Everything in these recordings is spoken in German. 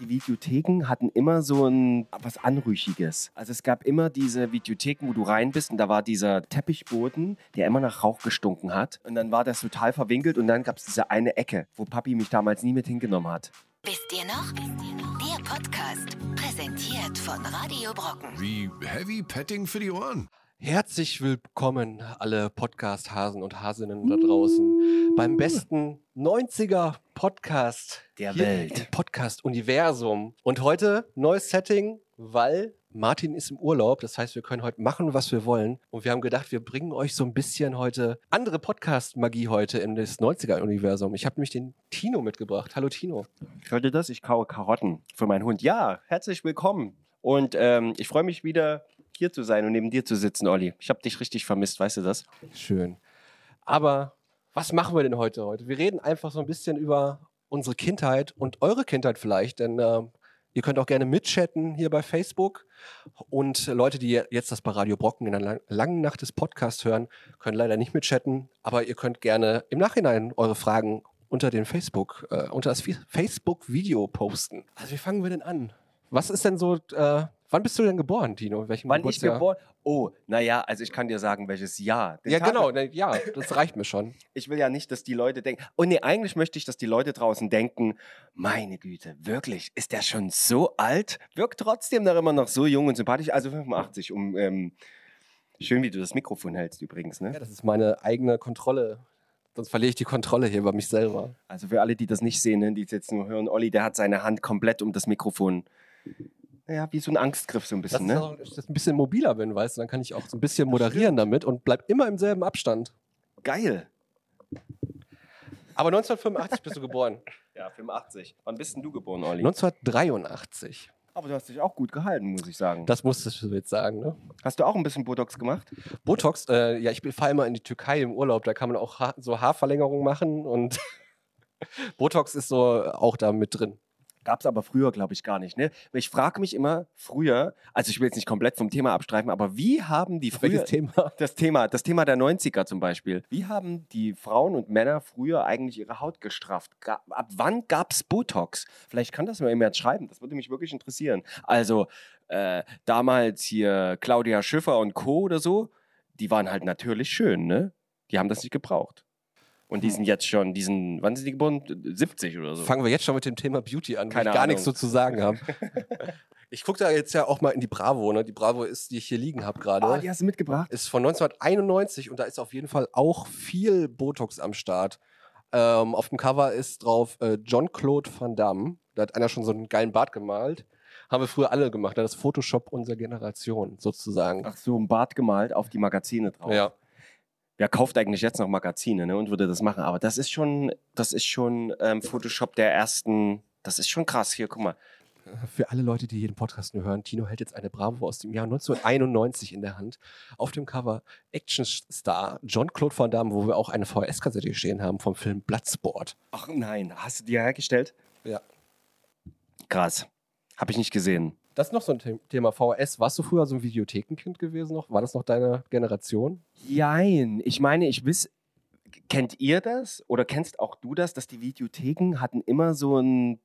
Die Videotheken hatten immer so ein was Anrüchiges. Also es gab immer diese Videotheken, wo du rein bist und da war dieser Teppichboden, der immer nach Rauch gestunken hat. Und dann war das total verwinkelt und dann gab es diese eine Ecke, wo Papi mich damals nie mit hingenommen hat. Wisst ihr noch? Der Podcast, präsentiert von Radio Brocken. Wie Heavy Petting für die Ohren. Herzlich willkommen, alle Podcast-Hasen und Hasinnen da draußen, beim besten 90er-Podcast Der hier Welt. im Podcast-Universum. Und heute neues Setting, weil Martin ist im Urlaub. Das heißt, wir können heute machen, was wir wollen. Und wir haben gedacht, wir bringen euch so ein bisschen heute andere Podcast-Magie heute in das 90er-Universum. Ich habe nämlich den Tino mitgebracht. Hallo, Tino. Hört ihr das? Ich kaue Karotten für meinen Hund. Ja, herzlich willkommen. Und ähm, ich freue mich wieder, hier zu sein und neben dir zu sitzen, Olli. Ich habe dich richtig vermisst, weißt du das? Schön. Aber was machen wir denn heute heute? Wir reden einfach so ein bisschen über unsere Kindheit und eure Kindheit vielleicht, denn äh, ihr könnt auch gerne mitchatten hier bei Facebook. Und Leute, die jetzt das bei Radio Brocken in der lang langen Nacht des Podcasts hören, können leider nicht mitchatten, aber ihr könnt gerne im Nachhinein eure Fragen unter den Facebook, äh, unter das Fi- Facebook-Video posten. Also wie fangen wir denn an? Was ist denn so, äh, wann bist du denn geboren, Tino? In welchem Wann Geburtsjahr? ich geboren? Oh, naja, also ich kann dir sagen, welches Jahr. Den Ja, Tag- genau, ne, ja, das reicht mir schon. Ich will ja nicht, dass die Leute denken. Oh nee, eigentlich möchte ich, dass die Leute draußen denken, meine Güte, wirklich, ist der schon so alt? Wirkt trotzdem noch immer noch so jung und sympathisch. Also 85, um ähm, schön, wie du das Mikrofon hältst übrigens, ne? Ja, das ist meine eigene Kontrolle. Sonst verliere ich die Kontrolle hier über mich selber. Also für alle, die das nicht sehen, ne, die es jetzt nur hören, Olli, der hat seine Hand komplett um das Mikrofon. Ja, wie so ein Angstgriff so ein Das bisschen, ist ne? auch, dass ich ein bisschen mobiler bin, weißt du, dann kann ich auch so ein bisschen moderieren damit und bleib immer im selben Abstand. Geil. Aber 1985 bist du geboren. Ja, 85. Wann bist denn du geboren, Olli? 1983. Aber du hast dich auch gut gehalten, muss ich sagen. Das musstest du jetzt sagen, ne? Hast du auch ein bisschen Botox gemacht? Botox, äh, ja, ich bin- fahre immer in die Türkei im Urlaub, da kann man auch ha so Haarverlängerungen machen und Botox ist so auch da mit drin. Gab es aber früher, glaube ich, gar nicht. Ne? Ich frage mich immer früher, also ich will jetzt nicht komplett vom Thema abstreifen, aber wie haben die früher... Welches Thema? Das Thema, das Thema der 90er zum Beispiel. Wie haben die Frauen und Männer früher eigentlich ihre Haut gestrafft? Ga- Ab wann gab es Botox? Vielleicht kann das mal jemand schreiben, das würde mich wirklich interessieren. Also äh, damals hier Claudia Schiffer und Co. oder so, die waren halt natürlich schön, ne? Die haben das nicht gebraucht. Und die sind jetzt schon, die sind, wann sind die geboren? 70 oder so. Fangen wir jetzt schon mit dem Thema Beauty an, wo Keine ich gar Ahnung. nichts so zu sagen habe. ich gucke da jetzt ja auch mal in die Bravo, ne? Die Bravo ist, die ich hier liegen habe gerade. Ah, die hast du mitgebracht? Ist von 1991 und da ist auf jeden Fall auch viel Botox am Start. Ähm, auf dem Cover ist drauf äh, John-Claude Van Damme. Da hat einer schon so einen geilen Bart gemalt. Haben wir früher alle gemacht. ne? Das ist Photoshop unserer Generation sozusagen. Ach so, im Bart gemalt, auf die Magazine drauf. ja. wer kauft eigentlich jetzt noch Magazine ne, und würde das machen? Aber das ist schon, das ist schon ähm, Photoshop der ersten. Das ist schon krass. Hier, guck mal. Für alle Leute, die hier den Podcast nur hören, Tino hält jetzt eine Bravo aus dem Jahr 1991 in der Hand. Auf dem Cover Actionstar John-Claude Van Damme, wo wir auch eine VHS-Kassette stehen haben vom Film Bloodsport. Ach nein, hast du die hergestellt? Ja. Krass. Habe ich nicht gesehen. Das ist noch so ein The- Thema VHS. Warst du früher so ein Videothekenkind gewesen noch? War das noch deine Generation? Jein. Ich meine, ich wiss. Kennt ihr das oder kennst auch du das, dass die Videotheken hatten immer so ein,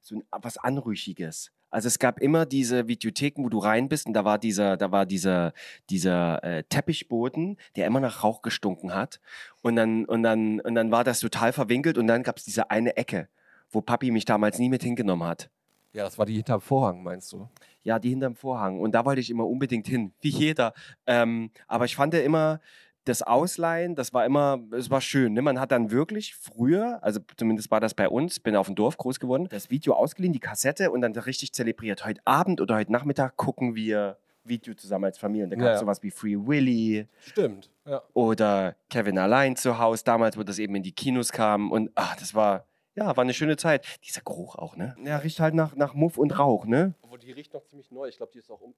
so ein was Anrüchiges? Also es gab immer diese Videotheken, wo du rein bist und da war dieser, da war dieser, dieser äh, Teppichboden, der immer nach Rauch gestunken hat. Und dann, und dann, und dann war das total verwinkelt und dann gab es diese eine Ecke, wo Papi mich damals nie mit hingenommen hat. Ja, das war die hinterm Vorhang, meinst du? Ja, die hinterm Vorhang. Und da wollte ich immer unbedingt hin, wie jeder. Ähm, aber ich fand ja immer das Ausleihen, das war immer, es war schön. Ne? Man hat dann wirklich früher, also zumindest war das bei uns, bin auf dem Dorf groß geworden, das Video ausgeliehen, die Kassette und dann richtig zelebriert. Heute Abend oder heute Nachmittag gucken wir Video zusammen als Familie. Und da gab es Ja. sowas wie Free Willy Stimmt, ja. oder Kevin allein zu Hause, damals, wo das eben in die Kinos kam. Und ach, das war, ja, war eine schöne Zeit. Dieser Geruch auch, ne? Ja, riecht halt nach, nach Muff und Rauch, ne? Obwohl, die riecht noch ziemlich neu. Ich glaube, die ist auch um.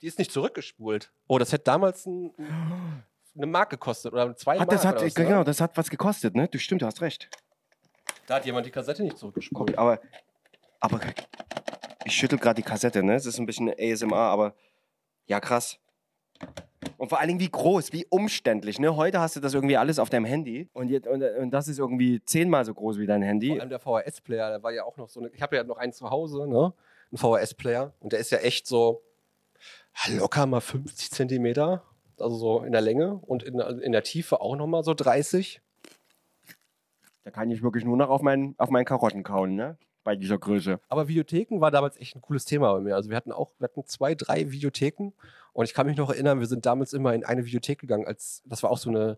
Die ist nicht zurückgespult. Oh, das hätte damals ein, eine Mark gekostet oder zwei Hat Mark. das, hat, oder was, ne? genau, das hat was gekostet, ne? Du stimmt, du hast recht. Da hat jemand die Kassette nicht zurückgespult. Guck, aber, aber ich schüttel gerade die Kassette, ne? Es ist ein bisschen ASMR, aber ja, krass. Und vor allen Dingen, wie groß, wie umständlich. Ne? Heute hast du das irgendwie alles auf deinem Handy und, jetzt, und, und das ist irgendwie zehnmal so groß wie dein Handy. Vor allem der VHS-Player, da war ja auch noch so eine. Ich habe ja noch einen zu Hause, ne? Ein VHS-Player. Und der ist ja echt so locker mal 50 Zentimeter. Also so in der Länge und in, der- in der Tiefe auch nochmal so 30. Da kann ich wirklich nur noch auf meinen, auf meinen Karotten kauen, ne? bei dieser Größe. Aber Videotheken war damals echt ein cooles Thema bei mir. Also wir hatten auch, wir hatten zwei, drei Videotheken und ich kann mich noch erinnern, wir sind damals immer in eine Videothek gegangen, als das war auch so eine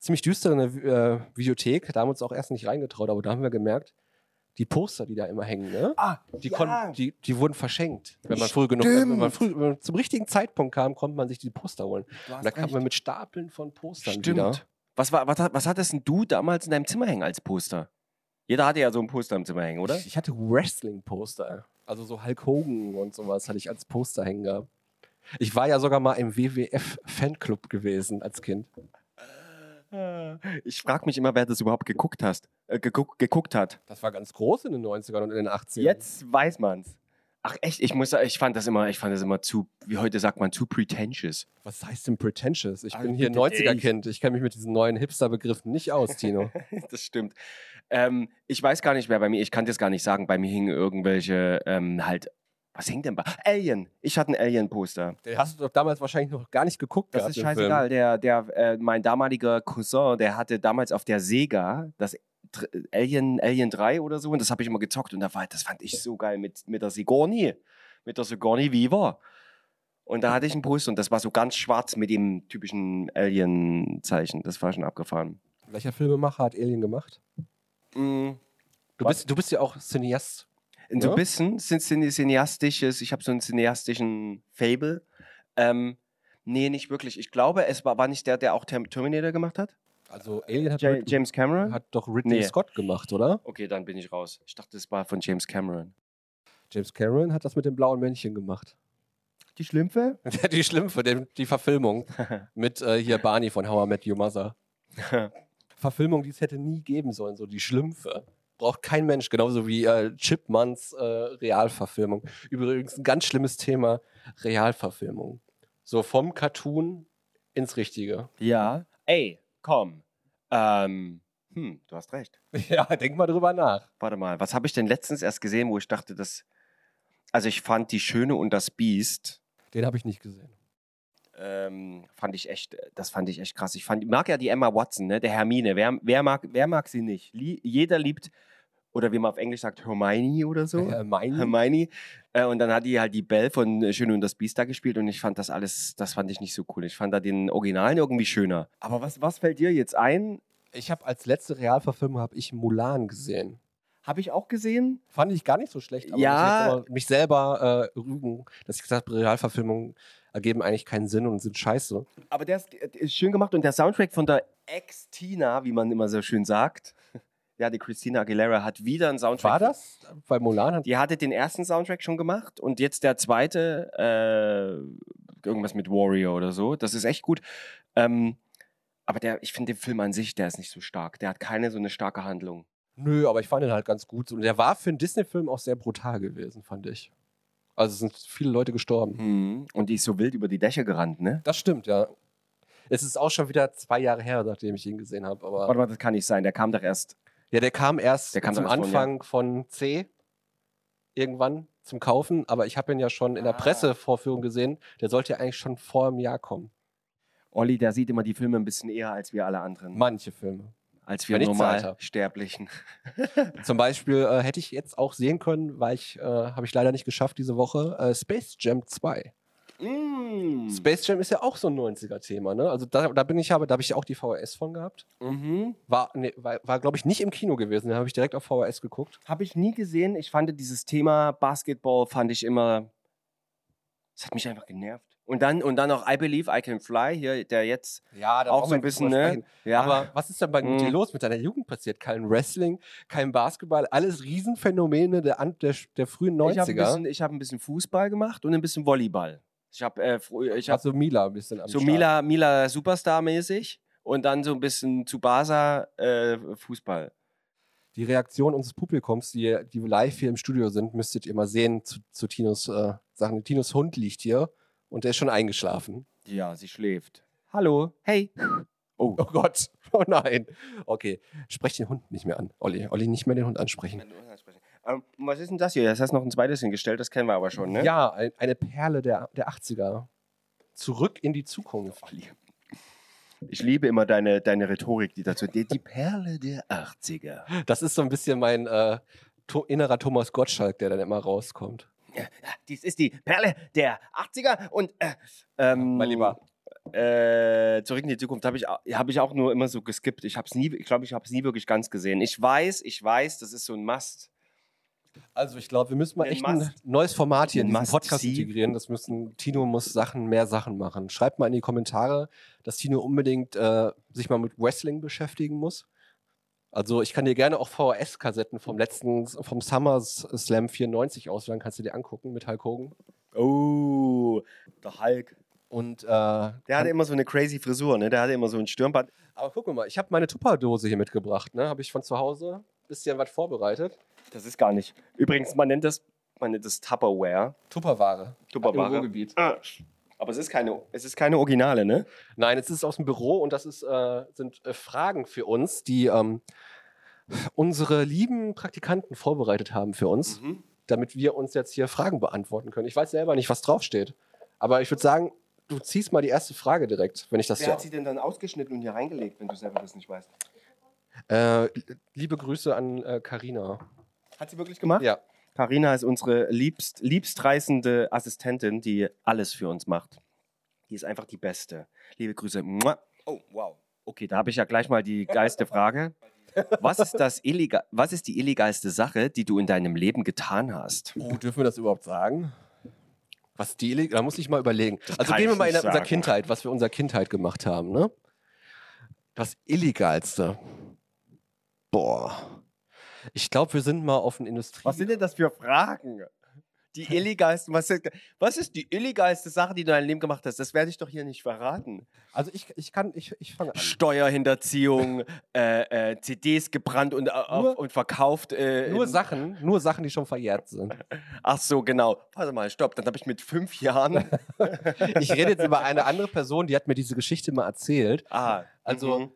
ziemlich düstere äh, Videothek, da haben wir uns auch erst nicht reingetraut, aber da haben wir gemerkt, die Poster, die da immer hängen, ne? Ah, Die, konnten, die, die wurden verschenkt. Wenn man früh genug, wenn man, früh, wenn man zum richtigen Zeitpunkt kam, konnte man sich die Poster holen. Und da kam man mit Stapeln von Postern Stimmt. wieder. Was, war, was, hat- was hattest denn du damals in deinem Zimmer hängen als Poster? Jeder hatte ja so ein Poster im Zimmer hängen, oder? Ich hatte Wrestling-Poster. Also so Hulk Hogan und sowas hatte ich als Poster hängen gehabt. Ich war ja sogar mal im WWF-Fanclub gewesen als Kind. Ich frage mich immer, wer das überhaupt geguckt, hast, äh, geguckt, geguckt hat. Das war ganz groß in den 90ern und in den 80ern. Jetzt weiß man's. Ach echt, ich muss, ich fand das immer, ich fand das immer zu, wie heute sagt man, zu pretentious. Was heißt denn pretentious? Ich Also bin hier bitte, 90er-Kind. Ich kenne mich mit diesen neuen Hipster-Begriffen nicht aus, Tino. Das stimmt. Ähm, ich weiß gar nicht mehr bei mir, ich kann das gar nicht sagen, bei mir hingen irgendwelche, ähm, halt, was hing denn bei? Alien. Ich hatte ein Alien-Poster. Den hast du doch damals wahrscheinlich noch gar nicht geguckt. Das ist gehabt, den Film. scheißegal. Der, der, äh, mein damaliger Cousin, der hatte damals auf der Sega das Dr- Alien, Alien 3 oder so und das habe ich immer gezockt und da war, das fand ich so geil mit, mit der Sigourney, mit der Sigourney Weaver. Und da hatte ich einen Poster und das war so ganz schwarz mit dem typischen Alien-Zeichen. Das war schon abgefahren. Welcher Filmemacher hat Alien gemacht? Mm. Du Was? bist, du bist ja auch Cineast. So Mhm. Ja. ein bisschen sind cine- cineastisches, ich habe so einen cineastischen Fable. Ähm, nee, nicht wirklich. Ich glaube, es war, war nicht der, der auch Term- Terminator gemacht hat? Also Alien hat, Ja, Rid- James Cameron? hat doch Ridley Nee. Scott gemacht, oder? Okay, dann bin ich raus. Ich dachte, es war von James Cameron. James Cameron hat das mit dem blauen Männchen gemacht. Die Schlümpfe? Ja, die Schlümpfe, die, die Verfilmung mit äh, hier Barney von How I Met Your Mother. Verfilmung, die es hätte nie geben sollen, so die Schlümpfe. Braucht kein Mensch, genauso wie äh, Chipmunks äh, Realverfilmung. Übrigens ein ganz schlimmes Thema, Realverfilmung. So vom Cartoon ins Richtige. Ja. Ey, komm. Ähm, hm, du hast recht. Ja, denk mal drüber nach. Warte mal, was habe ich denn letztens erst gesehen, wo ich dachte, dass. Also, ich fand Die Schöne und das Biest. Den habe ich nicht gesehen. Ähm, fand ich echt, das fand ich echt krass. Ich fand, ich mag ja die Emma Watson, ne? der Hermine. Wer, wer, mag, wer mag sie nicht? Lie jeder liebt, oder wie man auf Englisch sagt, Hermione oder so. Äh, mein, Hermione. Äh, und dann hat die halt die Belle von äh, Schöne und das Biest da gespielt und ich fand das alles, das fand ich nicht so cool. Ich fand da den Originalen irgendwie schöner. Aber was, was fällt dir jetzt ein? ich habe als letzte Realverfilmung habe ich Mulan gesehen. Habe ich auch gesehen? Fand ich gar nicht so schlecht. Aber Ja. muss ich jetzt aber mich selber äh, rügen, dass ich gesagt habe, Realverfilmungen ergeben eigentlich keinen Sinn und sind scheiße. Aber der ist, äh, ist schön gemacht und der Soundtrack von der Ex-Tina, wie man immer so schön sagt. Ja, die Christina Aguilera hat wieder einen Soundtrack. War das bei Mulan? Hat, Die hatte den ersten Soundtrack schon gemacht und jetzt der zweite, äh, irgendwas mit Warrior oder so. Das ist echt gut. Ähm, aber der, ich finde den Film an sich, der ist nicht so stark. Der hat keine so eine starke Handlung. nö, aber ich fand ihn halt ganz gut. Und der war für einen Disney-Film auch sehr brutal gewesen, fand ich. Also es sind viele Leute gestorben. Mhm. Und die ist so wild über die Dächer gerannt, ne? Das stimmt, ja. Es ist auch schon wieder zwei Jahre her, nachdem ich ihn gesehen habe. Warte Aber mal, das kann nicht sein. Der kam doch erst. ja, der kam erst Der kam zum doch erst vor einem Anfang von C irgendwann zum Kaufen. Aber ich habe ihn ja schon in der Ah. Pressevorführung gesehen. Der sollte ja eigentlich schon vor einem Jahr kommen. Olli, der sieht immer die Filme ein bisschen eher als wir alle anderen. Manche Filme. als wir wenn ich Zeit normal hab. Sterblichen. Zum Beispiel äh, hätte ich jetzt auch sehen können, weil ich, äh, habe ich leider nicht geschafft diese Woche, äh, Space Jam 2. Mm. Hm. Space Jam ist ja auch so ein 90er-Thema, ne? Also da, da bin ich, habe, da habe ich auch die VHS von gehabt. Mhm. War, nee, war, war glaube ich, nicht im Kino gewesen, da habe ich direkt auf VHS geguckt. Habe ich nie gesehen. Ich fand dieses Thema Basketball fand ich immer. Es hat mich einfach genervt. Und dann und dann noch I Believe I Can Fly hier, der jetzt Ja, auch so ein bisschen ne. Ja. Aber was ist denn bei Mhm. dir los mit deiner Jugend passiert? Kein Wrestling, kein Basketball, alles Riesenphänomene der, an- der, der frühen ich habe ein, 90er. bisschen- ich hab ein bisschen Fußball gemacht und ein bisschen Volleyball. Ich habe äh, frü- ich hab also Mila ein bisschen am so Start. Mila Mila Superstar mäßig und dann so ein bisschen Tsubasa äh, Fußball. die Reaktion unseres Publikums, die, die live hier im Studio sind, müsstet ihr mal sehen zu, zu Tinos äh, Sachen. Tinos Hund liegt hier und der ist schon eingeschlafen. Ja, sie schläft. Hallo. Hey. Oh. Oh Gott, oh nein. Okay, sprech den Hund nicht mehr an, Olli. Olli, nicht mehr den Hund ansprechen. Ähm, was ist denn das hier? Das hast noch ein zweites hingestellt, das kennen wir aber schon, ne? Ja, ein, eine Perle der, der 80er. Zurück in die Zukunft. Ich liebe immer deine, deine Rhetorik, die dazu. Die, die Perle der 80er. Das ist so ein bisschen mein äh, to innerer Thomas Gottschalk, der dann immer rauskommt. Ja, dies ist die Perle der 80er und. Äh, ähm, Mein Lieber. Äh, Zurück in die Zukunft habe ich, au- hab ich auch nur immer so geskippt. Ich habe es nie, ich glaube, ich habe es nie wirklich ganz gesehen. Ich weiß, ich weiß, das ist so ein Must. Also ich glaube, wir müssen mal Den echt ein Must- neues Format hier in den diesen Must Podcast see. integrieren. Das müssen Tino muss Sachen, mehr Sachen machen. Schreibt mal in die Kommentare, dass Tino unbedingt äh, sich mal mit Wrestling beschäftigen muss. Also ich kann dir gerne auch VHS-Kassetten vom letzten, vom Summer Slam 94 ausleihen, kannst du dir angucken mit Hulk Hogan. Oh, der Hulk. Und äh, der Der hatte immer so eine crazy Frisur, ne? Der hatte immer so ein Stirnband. aber guck mal, ich habe meine Tupperdose hier mitgebracht, ne? Habe ich von zu Hause bisschen was vorbereitet. Das ist gar nicht. Übrigens, man nennt das, man nennt das Tupperware. Tupperware. Im Tupperware. Ruhrgebiet. Ah. Aber es ist keine, es ist keine Originale, ne? Nein, jetzt ist es aus dem Büro und das ist, äh, sind äh, Fragen für uns, die ähm, unsere lieben Praktikanten vorbereitet haben für uns, damit wir uns jetzt hier Fragen beantworten können. Ich weiß selber nicht, was draufsteht, aber ich würde sagen, du ziehst mal die erste Frage direkt, wenn ich das Wer hat so. sie denn dann ausgeschnitten und hier reingelegt, wenn du selber das nicht weißt? Äh, liebe Grüße an äh, Karina. Hat sie wirklich gemacht? ja, Karina ist unsere liebst, liebstreißende Assistentin, die alles für uns macht. Die ist einfach die Beste. Liebe Grüße. Mua. Oh, wow. Okay, da habe ich ja gleich mal die geilste Frage. Was ist, das illegal, was ist die illegalste Sache, die du in deinem Leben getan hast? Oh, dürfen wir das überhaupt sagen? Was die illegal, da muss ich mal überlegen. also kann gehen wir ich mal in nicht unserer sagen. Kindheit, was wir unserer Kindheit gemacht haben, ne? Das Illegalste. Boah. Ich glaube, wir sind mal auf den Industrie. Was sind denn das für Fragen? Die illegalsten, was ist, was ist die illegalste Sache, die du in deinem Leben gemacht hast? Das werde ich doch hier nicht verraten. also ich, ich kann, ich, ich fange an. Steuerhinterziehung, äh, äh, CDs gebrannt und, äh, Nur- und verkauft. Äh, Nur in- Sachen, nur Sachen, die schon verjährt sind. Ach so, genau. Warte mal, stopp. Dann habe ich mit fünf Jahren. Ich rede jetzt über eine andere Person, die hat mir diese Geschichte mal erzählt. Ah, Also, mhm.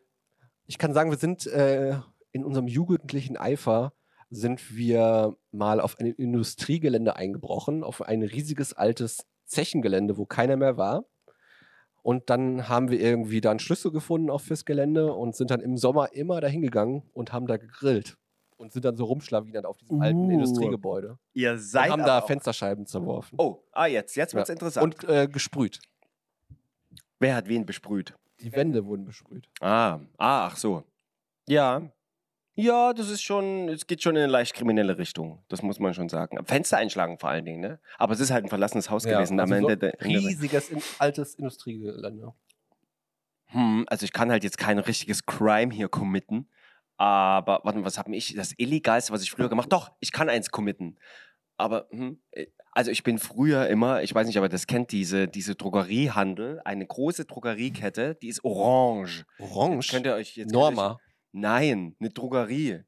Ich kann sagen, wir sind äh, in unserem jugendlichen Eifer sind wir mal auf ein Industriegelände eingebrochen, auf ein riesiges altes Zechengelände, wo keiner mehr war. Und dann haben wir irgendwie dann Schlüssel gefunden auch fürs Gelände und sind dann im Sommer immer dahin gegangen und haben da gegrillt und sind dann so rumschlawinert auf diesem alten Uh. Industriegebäude. ihr Und seid haben aber da auch- Fensterscheiben zerworfen. Oh, ah, jetzt, jetzt wird's Ja. interessant. Und äh, gesprüht. wer hat wen besprüht? Die Wände wurden besprüht. Ah, ah, ach so. Ja. Ja, das ist schon, es geht schon in eine leicht kriminelle Richtung. Das muss man schon sagen. Fenster einschlagen vor allen Dingen, ne? Aber es ist halt ein verlassenes Haus gewesen. am also so Ende der- riesiges in, altes Industriegelände. Hm, also ich kann halt jetzt kein richtiges Crime hier committen. Aber, warte mal, was habe ich? Das Illegalste, was ich früher gemacht Doch, ich kann eins committen. Aber, hm, äh, also ich bin früher immer, ich weiß nicht, aber das kennt diese, diese Drogeriehandel, eine große Drogeriekette, die ist orange. Jetzt könnt ihr euch jetzt. könnt ihr euch- Norma. Nein, eine Drogerie.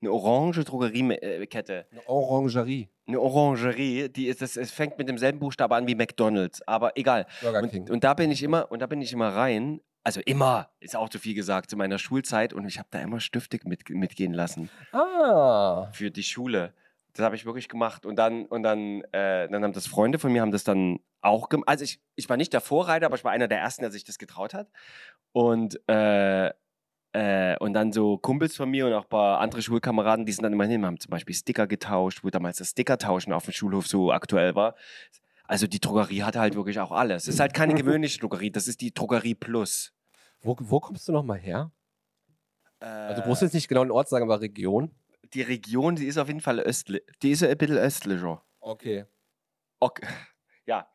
Eine orange Drogeriekette. Eine Orangerie. Eine Orangerie, die ist, es, es fängt mit demselben Buchstabe an wie McDonalds, aber egal. Burger Und, und da bin ich immer, und da bin ich immer rein. Also immer, ist auch zu viel gesagt, zu meiner Schulzeit. Und ich habe da immer Stifte mit, mitgehen lassen ah. für die Schule. Das habe ich wirklich gemacht. Und dann, und dann, äh, dann haben das Freunde von mir, haben das dann auch gemacht. Also ich, ich war nicht der Vorreiter, aber ich war einer der ersten, der sich das getraut hat. Und, äh, äh, und dann so Kumpels von mir und auch ein paar andere Schulkameraden, die sind dann immer hin, haben zum Beispiel Sticker getauscht, wo damals das Stickertauschen auf dem Schulhof so aktuell war. Also die Drogerie hatte halt wirklich auch alles. Es ist halt keine gewöhnliche Drogerie, das ist die Drogerie Plus. Wo, wo kommst du nochmal her? Äh, Also, du musst jetzt nicht genau einen Ort sagen, aber Region. die Region, die ist auf jeden Fall östlich, die ist ein bisschen östlicher. Okay. Okay. Ja,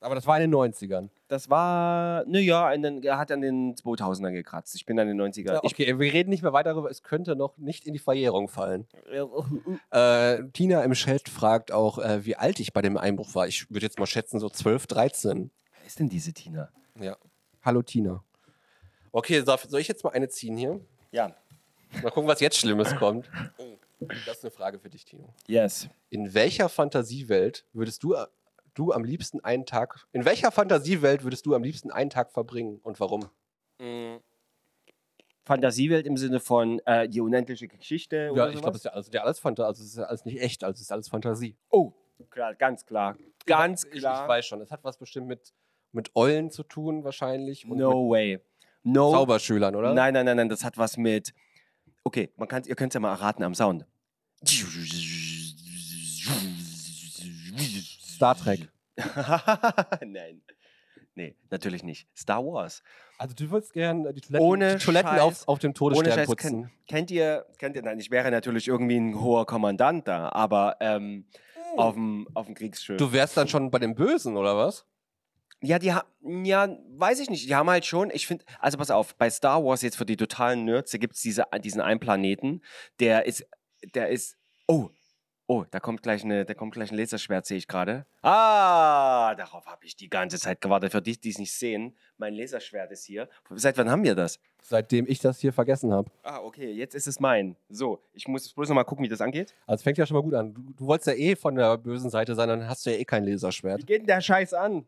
Aber das war in den 90ern. Das war, naja, er hat an den 2000ern gekratzt. Ich bin an den 90ern. Ich, okay, wir reden nicht mehr weiter darüber. Es könnte noch nicht in die Verjährung fallen. Äh, Tina im Chat fragt auch, äh, wie alt ich bei dem Einbruch war. Ich würde jetzt mal schätzen, so 12, 13. wer ist denn diese Tina? Ja. Hallo, Tina. Okay, so- soll ich jetzt mal eine ziehen hier? Ja. Mal gucken, was jetzt Schlimmes kommt. Oh, das ist eine Frage für dich, Tino. Yes. In welcher Fantasiewelt würdest du äh, du am liebsten einen Tag, in welcher Fantasiewelt würdest du am liebsten einen Tag verbringen und warum? Fantasiewelt im Sinne von äh, die unendliche Geschichte ja, oder ich glaube, sowas? es ist ja alles, ja alles Fantasie, also es ist ja alles nicht echt, also es ist alles Fantasie. oh, klar, ganz klar. Ganz Ich, ich klar. weiß schon, es hat was bestimmt mit, mit Eulen zu tun wahrscheinlich und no way. mit No. Zauberschülern, oder? Nein, nein, nein, nein, das hat was mit. Okay, man kann's, ihr könnt es ja mal erraten am Sound. Star Trek. nein. Nee, natürlich nicht. Star Wars. Also du würdest gerne die Toiletten, Ohne die Toiletten Scheiß. auf, auf dem Ohne Todesstern Scheiß, putzen. kennt, kennt ihr, kennt ihr, nein, ich wäre natürlich irgendwie ein hoher Kommandant da, aber ähm, auf dem auf dem Kriegsschiff. Du wärst dann schon bei den Bösen, oder was? Ja, die ha- ja, weiß ich nicht. Die haben halt schon, ich finde, also pass auf, bei Star Wars jetzt für die totalen Nerds, da gibt es diese, diesen einen Planeten, der ist, der ist, oh, oh, da kommt gleich, eine, da kommt gleich ein Laserschwert, sehe ich gerade. Ah, darauf habe ich die ganze Zeit gewartet. Für die, die es nicht sehen, mein Laserschwert ist hier. Seit wann haben wir das? Seitdem ich das hier vergessen habe. Ah, okay, jetzt ist es mein. So, ich muss jetzt bloß nochmal gucken, wie das angeht. Also es fängt ja schon mal gut an. Du, du wolltest ja eh von der bösen Seite sein, dann hast du ja eh kein Wie Laserschwert. geht denn der Scheiß an?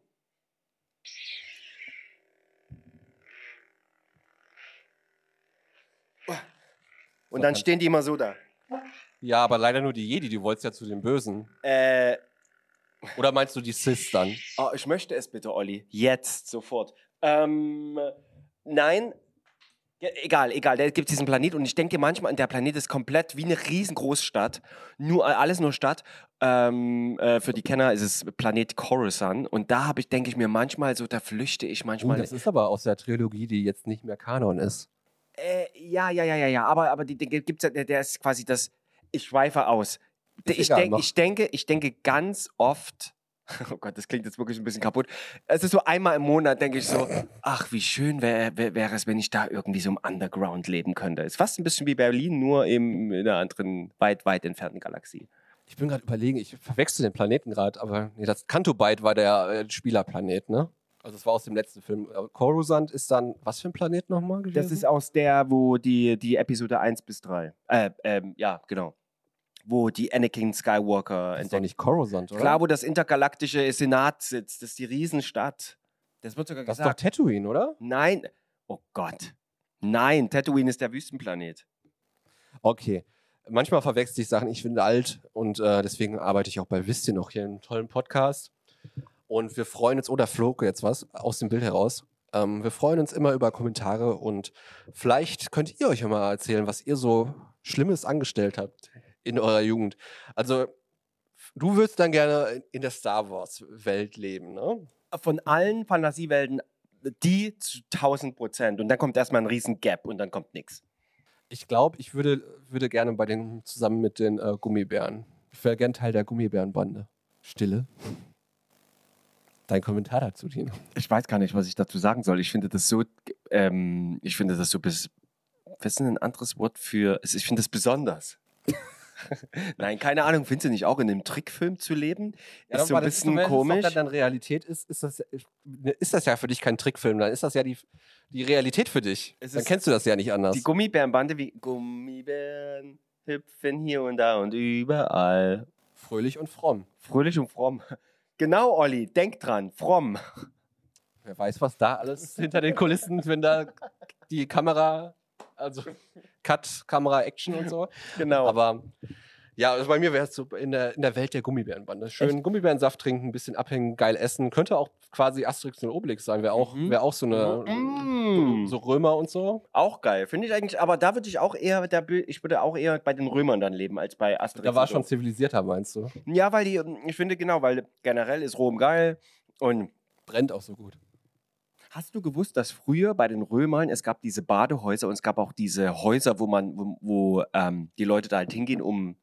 Und dann stehen die immer so da. Ja, aber leider nur die Jedi, die wolltest ja zu den Bösen. Äh, Oder meinst du die Sis dann? oh, ich möchte es bitte, Olli. Jetzt, sofort. Ähm, nein. Ja, egal, egal. Da gibt es diesen Planet und ich denke manchmal, der Planet ist komplett wie eine riesengroße Stadt. Nur, äh, alles nur Stadt. Ähm, äh, für die Kenner ist es Planet Coruscant. Und da habe ich, denke ich mir manchmal so, da flüchte ich manchmal. das ist aber aus der Trilogie, die jetzt nicht mehr Kanon ist. Äh, ja, ja, ja, ja, ja. Aber, aber die, die gibt's ja, der, der ist quasi das. Ich schweife aus. D- Ist Ich, egal, denk, mach. ich, denke, ich denke ganz oft. Oh Gott, das klingt jetzt wirklich ein bisschen kaputt. Es ist so einmal im Monat, denke ich so, ach, wie schön wäre wär, wäre es, wenn ich da irgendwie so im Underground leben könnte. Ist fast ein bisschen wie Berlin, nur im, in einer anderen, weit, weit entfernten Galaxie. Ich bin gerade überlegen, ich verwechsel den Planeten gerade, aber nee, das Kantobite war der äh, Spielerplanet, ne? Also es war aus dem letzten Film. Aber Coruscant ist dann, was für ein Planet nochmal gewesen? aus der, wo die, die Episode 1 bis 3. Äh, ähm, ja, genau. Wo die Anakin Skywalker das ist doch nicht Coruscant, oder? Klar, wo das intergalaktische Senat sitzt, das ist die Riesenstadt. Das wird sogar das ist doch Tatooine, oder? Nein. Oh Gott. Nein, Tatooine ist der Wüstenplanet. Okay. Manchmal verwechsel ich Sachen. Ich bin alt und äh, deswegen arbeite ich auch bei Wisst ihr noch hier einen tollen Podcast. Und wir freuen uns, oder flog jetzt was aus dem Bild heraus. Ähm, wir freuen uns immer über Kommentare und vielleicht könnt ihr euch ja mal erzählen, was ihr so Schlimmes angestellt habt in eurer Jugend. Also, du würdest dann gerne in der Star Wars-Welt leben, ne? Von allen Fantasiewelten die zu 1000 Prozent. Und dann kommt erstmal ein riesen Gap und dann kommt nichts. Ich glaube, ich würde, würde gerne bei den zusammen mit den äh, Gummibären. Ich wäre gern Teil der Gummibärenbande. Stille. Dein Kommentar dazu, Tino. Ich weiß gar nicht, was ich dazu sagen soll. Ich finde das so, ähm, ich finde das so bis. Was ist denn ein anderes Wort für. es- Ich finde das besonders. Nein, keine Ahnung. Findest du nicht auch in einem Trickfilm zu leben? Ist so ein bisschen Wenn komisch. das dann Realität ist, ist das, ne, ist das ja für dich kein Trickfilm. Dann ist das ja die, die Realität für dich. Es Dann ist- kennst du das ja nicht anders. Die Gummibärenbande wie Gummibären hüpfen hier und da und überall. Fröhlich und fromm. Fröhlich und fromm. Genau, Olli, denk dran, fromm. Wer weiß, was da alles hinter den Kulissen, wenn da die Kamera, also Cut, Kamera, Action und so. Genau. Aber ja, also bei mir wäre es so in der, in der Welt der Gummibärenbande. Schön Gummibärensaft trinken, ein bisschen abhängen, geil essen. Könnte auch quasi Asterix und Obelix sein. Wäre auch, Mhm. wär auch so eine. Mm. äh, So Römer und so. auch geil, finde ich eigentlich. Aber da würde ich auch eher, da, bü- ich würde auch eher bei den Römern dann leben als bei Asterix. Da war und schon zivilisierter, meinst du? so. Ja, weil die, ich finde genau, weil generell ist Rom geil und Brennt auch so gut. Hast du gewusst, dass früher bei den Römern es gab diese Badehäuser und es gab auch diese Häuser, wo man, wo, wo ähm, die Leute da halt hingehen, um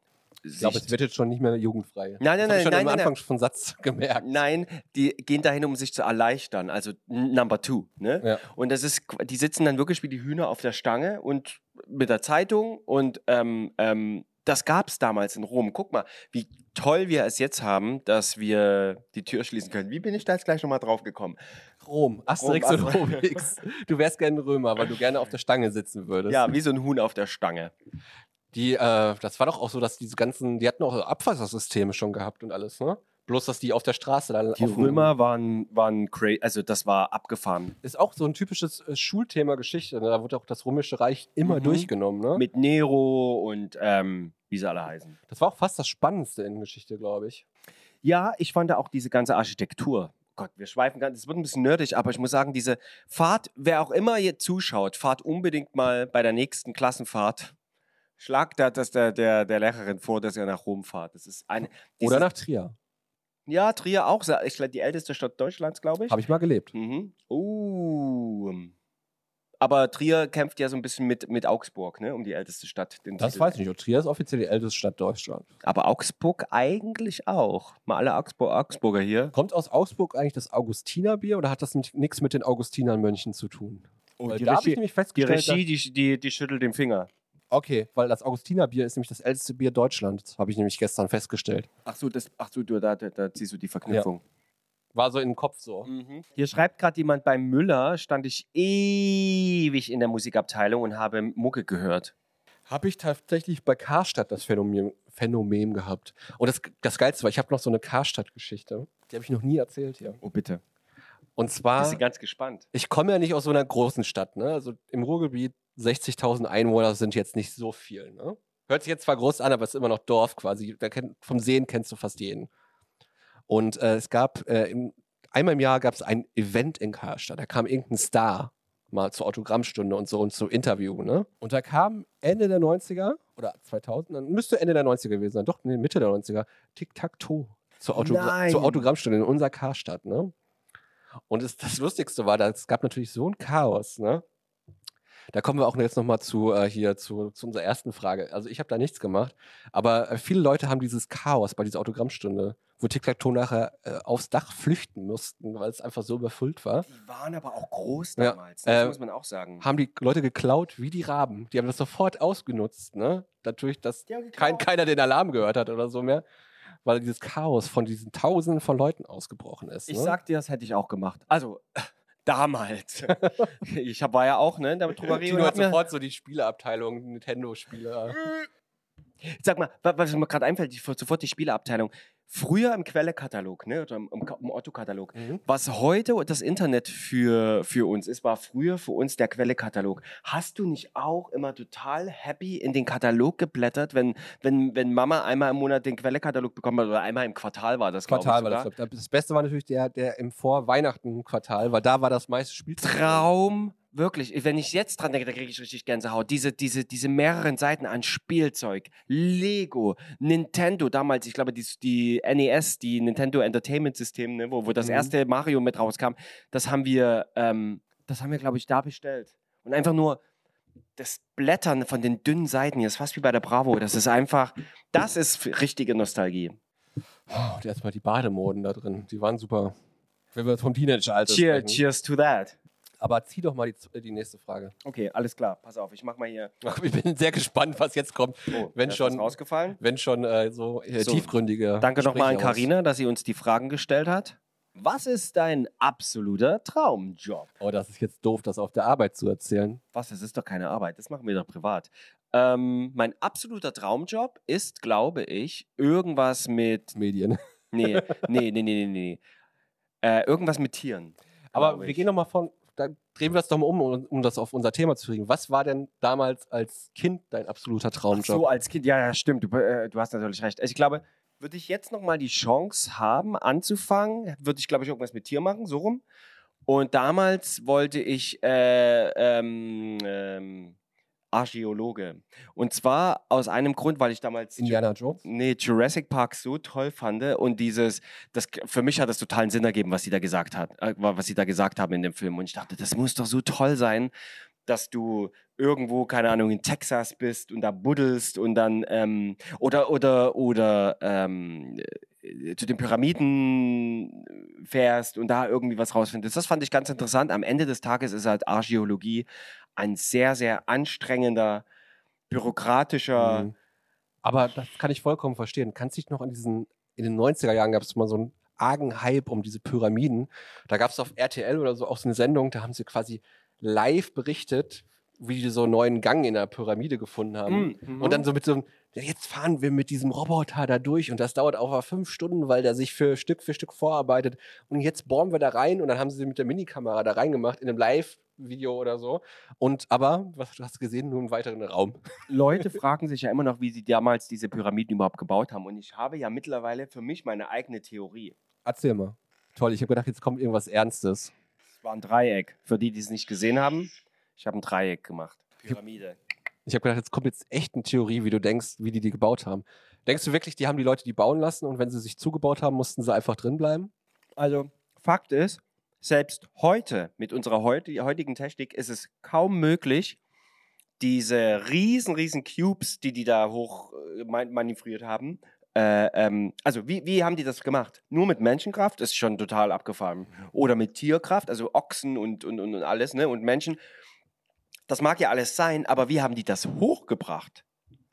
Ich glaube, es wird jetzt schon nicht mehr jugendfrei. Nein, das nein, hab ich nein, schon nein, am nein, Anfang schon Satz gemerkt. Nein, die gehen dahin, um sich zu erleichtern. Also n- Number Two. Ne? Ja. Und das ist, qu- die sitzen dann wirklich wie die Hühner auf der Stange und mit der Zeitung und ähm, ähm, das gab es damals in Rom. Guck mal, wie toll wir es jetzt haben, dass wir die Tür schließen können. Wie bin ich da jetzt gleich nochmal drauf gekommen? Rom, Asterix Rom, und Asterix. Obelix. Du wärst gerne Römer, weil du gerne auf der Stange sitzen würdest. Ja, wie so ein Huhn auf der Stange. Die, äh, das war doch auch so, dass diese ganzen, die hatten auch so Abwassersysteme schon gehabt und alles, ne? Bloß, dass die auf der Straße dann Die auf dem- Römer waren, waren crazy, also das war abgefahren. Ist auch so ein typisches äh, Schulthema Geschichte. ne? Da wurde auch das Römische Reich immer Mhm. durchgenommen. Ne? Mit Nero und ähm, wie sie alle heißen. Das war auch fast das Spannendste in Geschichte, glaube ich. Ja, ich fand da auch diese ganze Architektur. oh Gott, wir schweifen ganz, es wird ein bisschen nerdig, aber ich muss sagen, diese Fahrt, wer auch immer ihr zuschaut, fahrt unbedingt mal bei der nächsten Klassenfahrt. Schlagt da das der, der, der Lehrerin vor, dass ihr nach Rom fahrt. Das ist eine. Oder dieses- nach Trier. Ja, Trier auch. sa- Ich glaube, die älteste Stadt Deutschlands, glaube ich. Habe ich mal gelebt. Mhm. Oh. Aber Trier kämpft ja so ein bisschen mit, mit Augsburg, ne? Um die älteste Stadt. den Das Titel. weiß ich nicht. Und Trier ist offiziell die älteste Stadt Deutschlands. Aber Augsburg eigentlich auch. Mal alle Augsburg, Augsburger hier. Kommt aus Augsburg eigentlich das Augustinerbier oder hat das nichts mit den Augustinermönchen zu tun? Oh, Weil die da habe ich Regie- nämlich Die festgestellt, Regie, die, die, die schüttelt den Finger. dass- okay, weil das Augustinerbier ist nämlich das älteste Bier Deutschlands, habe ich nämlich gestern festgestellt. Ach so, das, ach so du, da, da, da ziehst du die Verknüpfung. War so im Kopf so. Mhm. Hier schreibt gerade jemand, bei Müller stand ich ewig in der Musikabteilung und habe Mucke gehört. Habe ich tatsächlich bei Karstadt das Phänomen, Phänomen gehabt. Und das, das Geilste war, ich habe noch so eine Karstadt-Geschichte. Die habe ich noch nie erzählt hier. Oh, bitte. Und Ich zwar, bin ganz gespannt. ich komme ja nicht aus so einer großen Stadt. Ne? Also im Ruhrgebiet 60.000 Einwohner sind jetzt nicht so viel. Ne? Hört sich jetzt zwar groß an, aber es ist immer noch Dorf quasi. Da kenn, vom Sehen kennst du fast jeden. Und äh, es gab, äh, im, einmal im Jahr gab es ein Event in Karstadt. Da kam irgendein Star mal zur Autogrammstunde und so und zum Interview. Ne? Und da kam Ende der 90er oder 2000, dann müsste Ende der 90er gewesen sein, doch nee, Mitte der 90er, Tic-Tac-Toe zur, Autogra Nein. zur Autogrammstunde in unserer Karstadt. Ne? Und es, das Lustigste war, dass es gab natürlich so ein Chaos. Ne? Da kommen wir auch jetzt nochmal zu, äh, hier zu, zu unserer ersten Frage. Also ich habe da nichts gemacht, aber äh, viele Leute haben dieses Chaos bei dieser Autogrammstunde, wo Tic-Tac-Toe nachher äh, aufs Dach flüchten mussten, weil es einfach so überfüllt war. Die waren aber auch groß Ja, damals. Das äh, muss man auch sagen. Haben die Leute geklaut wie die Raben. Die haben das sofort ausgenutzt, ne? Dadurch, dass Die haben geklaut. kein, keiner den Alarm gehört hat oder so mehr, weil dieses Chaos von diesen Tausenden von Leuten ausgebrochen ist. Ich ne? sag dir, das hätte ich auch gemacht. Also, damals. ich hab, war ja auch, ne, in der Drogerie. und Tino hab hat mir- Mhm. sofort so die Spieleabteilung, Nintendo-Spiele. Sag mal, wa- was mir gerade einfällt, die, sofort die Spieleabteilung. Früher im Quelle-Katalog, ne, oder im, im, Ka- im Otto-Katalog, Mhm. was heute das Internet für, für uns ist, war früher für uns der Quelle-Katalog. Hast du nicht auch immer total happy in den Katalog geblättert, wenn, wenn, wenn Mama einmal im Monat den Quelle-Katalog bekommen hat oder einmal im Quartal war das, glaub Quartal ich, war das, sogar? glaub ich. Das Beste war natürlich der, der im Vorweihnachten-Quartal, weil da war das meiste Spiel. Traum, wirklich. Wenn ich jetzt dran denke, da kriege ich richtig Gänsehaut. Diese, diese, diese mehreren Seiten an Spielzeug, Lego, Nintendo, damals, ich glaube, die, die NES, die Nintendo Entertainment System, ne, wo, wo das Mhm. erste Mario mit rauskam, das haben wir, ähm, das haben wir, glaube ich, da bestellt. Und einfach nur das Blättern von den dünnen Seiten hier, ist fast wie bei der Bravo. Das ist einfach, das ist f- richtige Nostalgie. Oh, und erstmal die Bademoden da drin, die waren super. Wenn wir vom Teenager-Alter Cheer, sprechen. cheers to that. Aber zieh doch mal die, die nächste Frage. Okay, alles klar. Pass auf, ich mach mal hier. Ach, Ich bin sehr gespannt, was jetzt kommt. Oh, Wenn da ist schon- was rausgefallen. Wenn schon äh, so, äh, So. tiefgründige. Danke nochmal an Gespräche aus- Karina, dass sie uns die Fragen gestellt hat. Was ist dein absoluter Traumjob? Oh, das ist jetzt doof, das auf der Arbeit zu erzählen. Was, das ist doch keine Arbeit, das machen wir doch privat. Ähm, mein absoluter Traumjob ist, glaube ich, irgendwas mit. Medien. Nee, nee, nee, nee, nee, nee. Äh, irgendwas mit Tieren. Aber glaub wir ich. gehen nochmal von, da drehen wir das doch mal um, um, um das auf unser Thema zu kriegen. Was war denn damals als Kind dein absoluter Ach so Traumjob? als Kind, ja, ja, stimmt, du, äh, du hast natürlich recht. Also ich glaube, würde ich jetzt nochmal die Chance haben, anzufangen, würde ich, glaube ich, irgendwas mit Tier machen, so rum. Und damals wollte ich äh, ähm, ähm, Archäologe. Und zwar aus einem Grund, weil ich damals Indiana Jones? nee, Jurassic Park so toll fand und dieses, das, für mich hat das totalen Sinn ergeben, was sie da gesagt hat, äh, was sie da gesagt haben in dem Film. Und ich dachte, das muss doch so toll sein, dass du irgendwo, keine Ahnung, in Texas bist und da buddelst und dann, ähm, oder, oder, oder, ähm, äh, zu den Pyramiden fährst und da irgendwie was rausfindest. Das fand ich ganz interessant. Am Ende des Tages ist halt Archäologie ein sehr, sehr anstrengender, bürokratischer, Mhm. Aber das kann ich vollkommen verstehen. Kannst dich noch an diesen, in den 90er Jahren gab es mal so einen argen Hype um diese Pyramiden. Da gab es auf RTL oder so auch so eine Sendung, da haben sie quasi live berichtet, wie die so einen neuen Gang in der Pyramide gefunden haben. Mhm. Und dann so mit so einem ja, jetzt fahren wir mit diesem Roboter da durch und das dauert auch fünf Stunden, weil der sich für Stück für Stück vorarbeitet. Und jetzt bohren wir da rein und dann haben sie mit der Minikamera da reingemacht in einem Live-Video oder so. Und aber, was du hast gesehen, nur einen weiteren Raum. Leute fragen sich ja immer noch, wie sie damals diese Pyramiden überhaupt gebaut haben. Und ich habe ja mittlerweile für mich meine eigene Theorie. Erzähl mal. Toll, ich habe gedacht, jetzt kommt irgendwas Ernstes. Es war ein Dreieck. Für die, die es nicht gesehen haben, ich habe ein Dreieck gemacht. Pyramide. Ich habe gedacht, jetzt kommt jetzt echt eine Theorie, wie du denkst, wie die die gebaut haben. Denkst du wirklich, die haben die Leute die bauen lassen und wenn sie sich zugebaut haben, mussten sie einfach drin bleiben? Also, Fakt ist, selbst heute, mit unserer heut- heutigen Technik, ist es kaum möglich, diese riesen, riesen Cubes, die die da hoch äh, man- manövriert haben, äh, ähm, also wie, wie haben die das gemacht? Nur mit Menschenkraft ist schon total abgefahren. Oder mit Tierkraft, also Ochsen und, und, und und alles, ne? Und Menschen. Das mag ja alles sein, aber wie haben die das hochgebracht?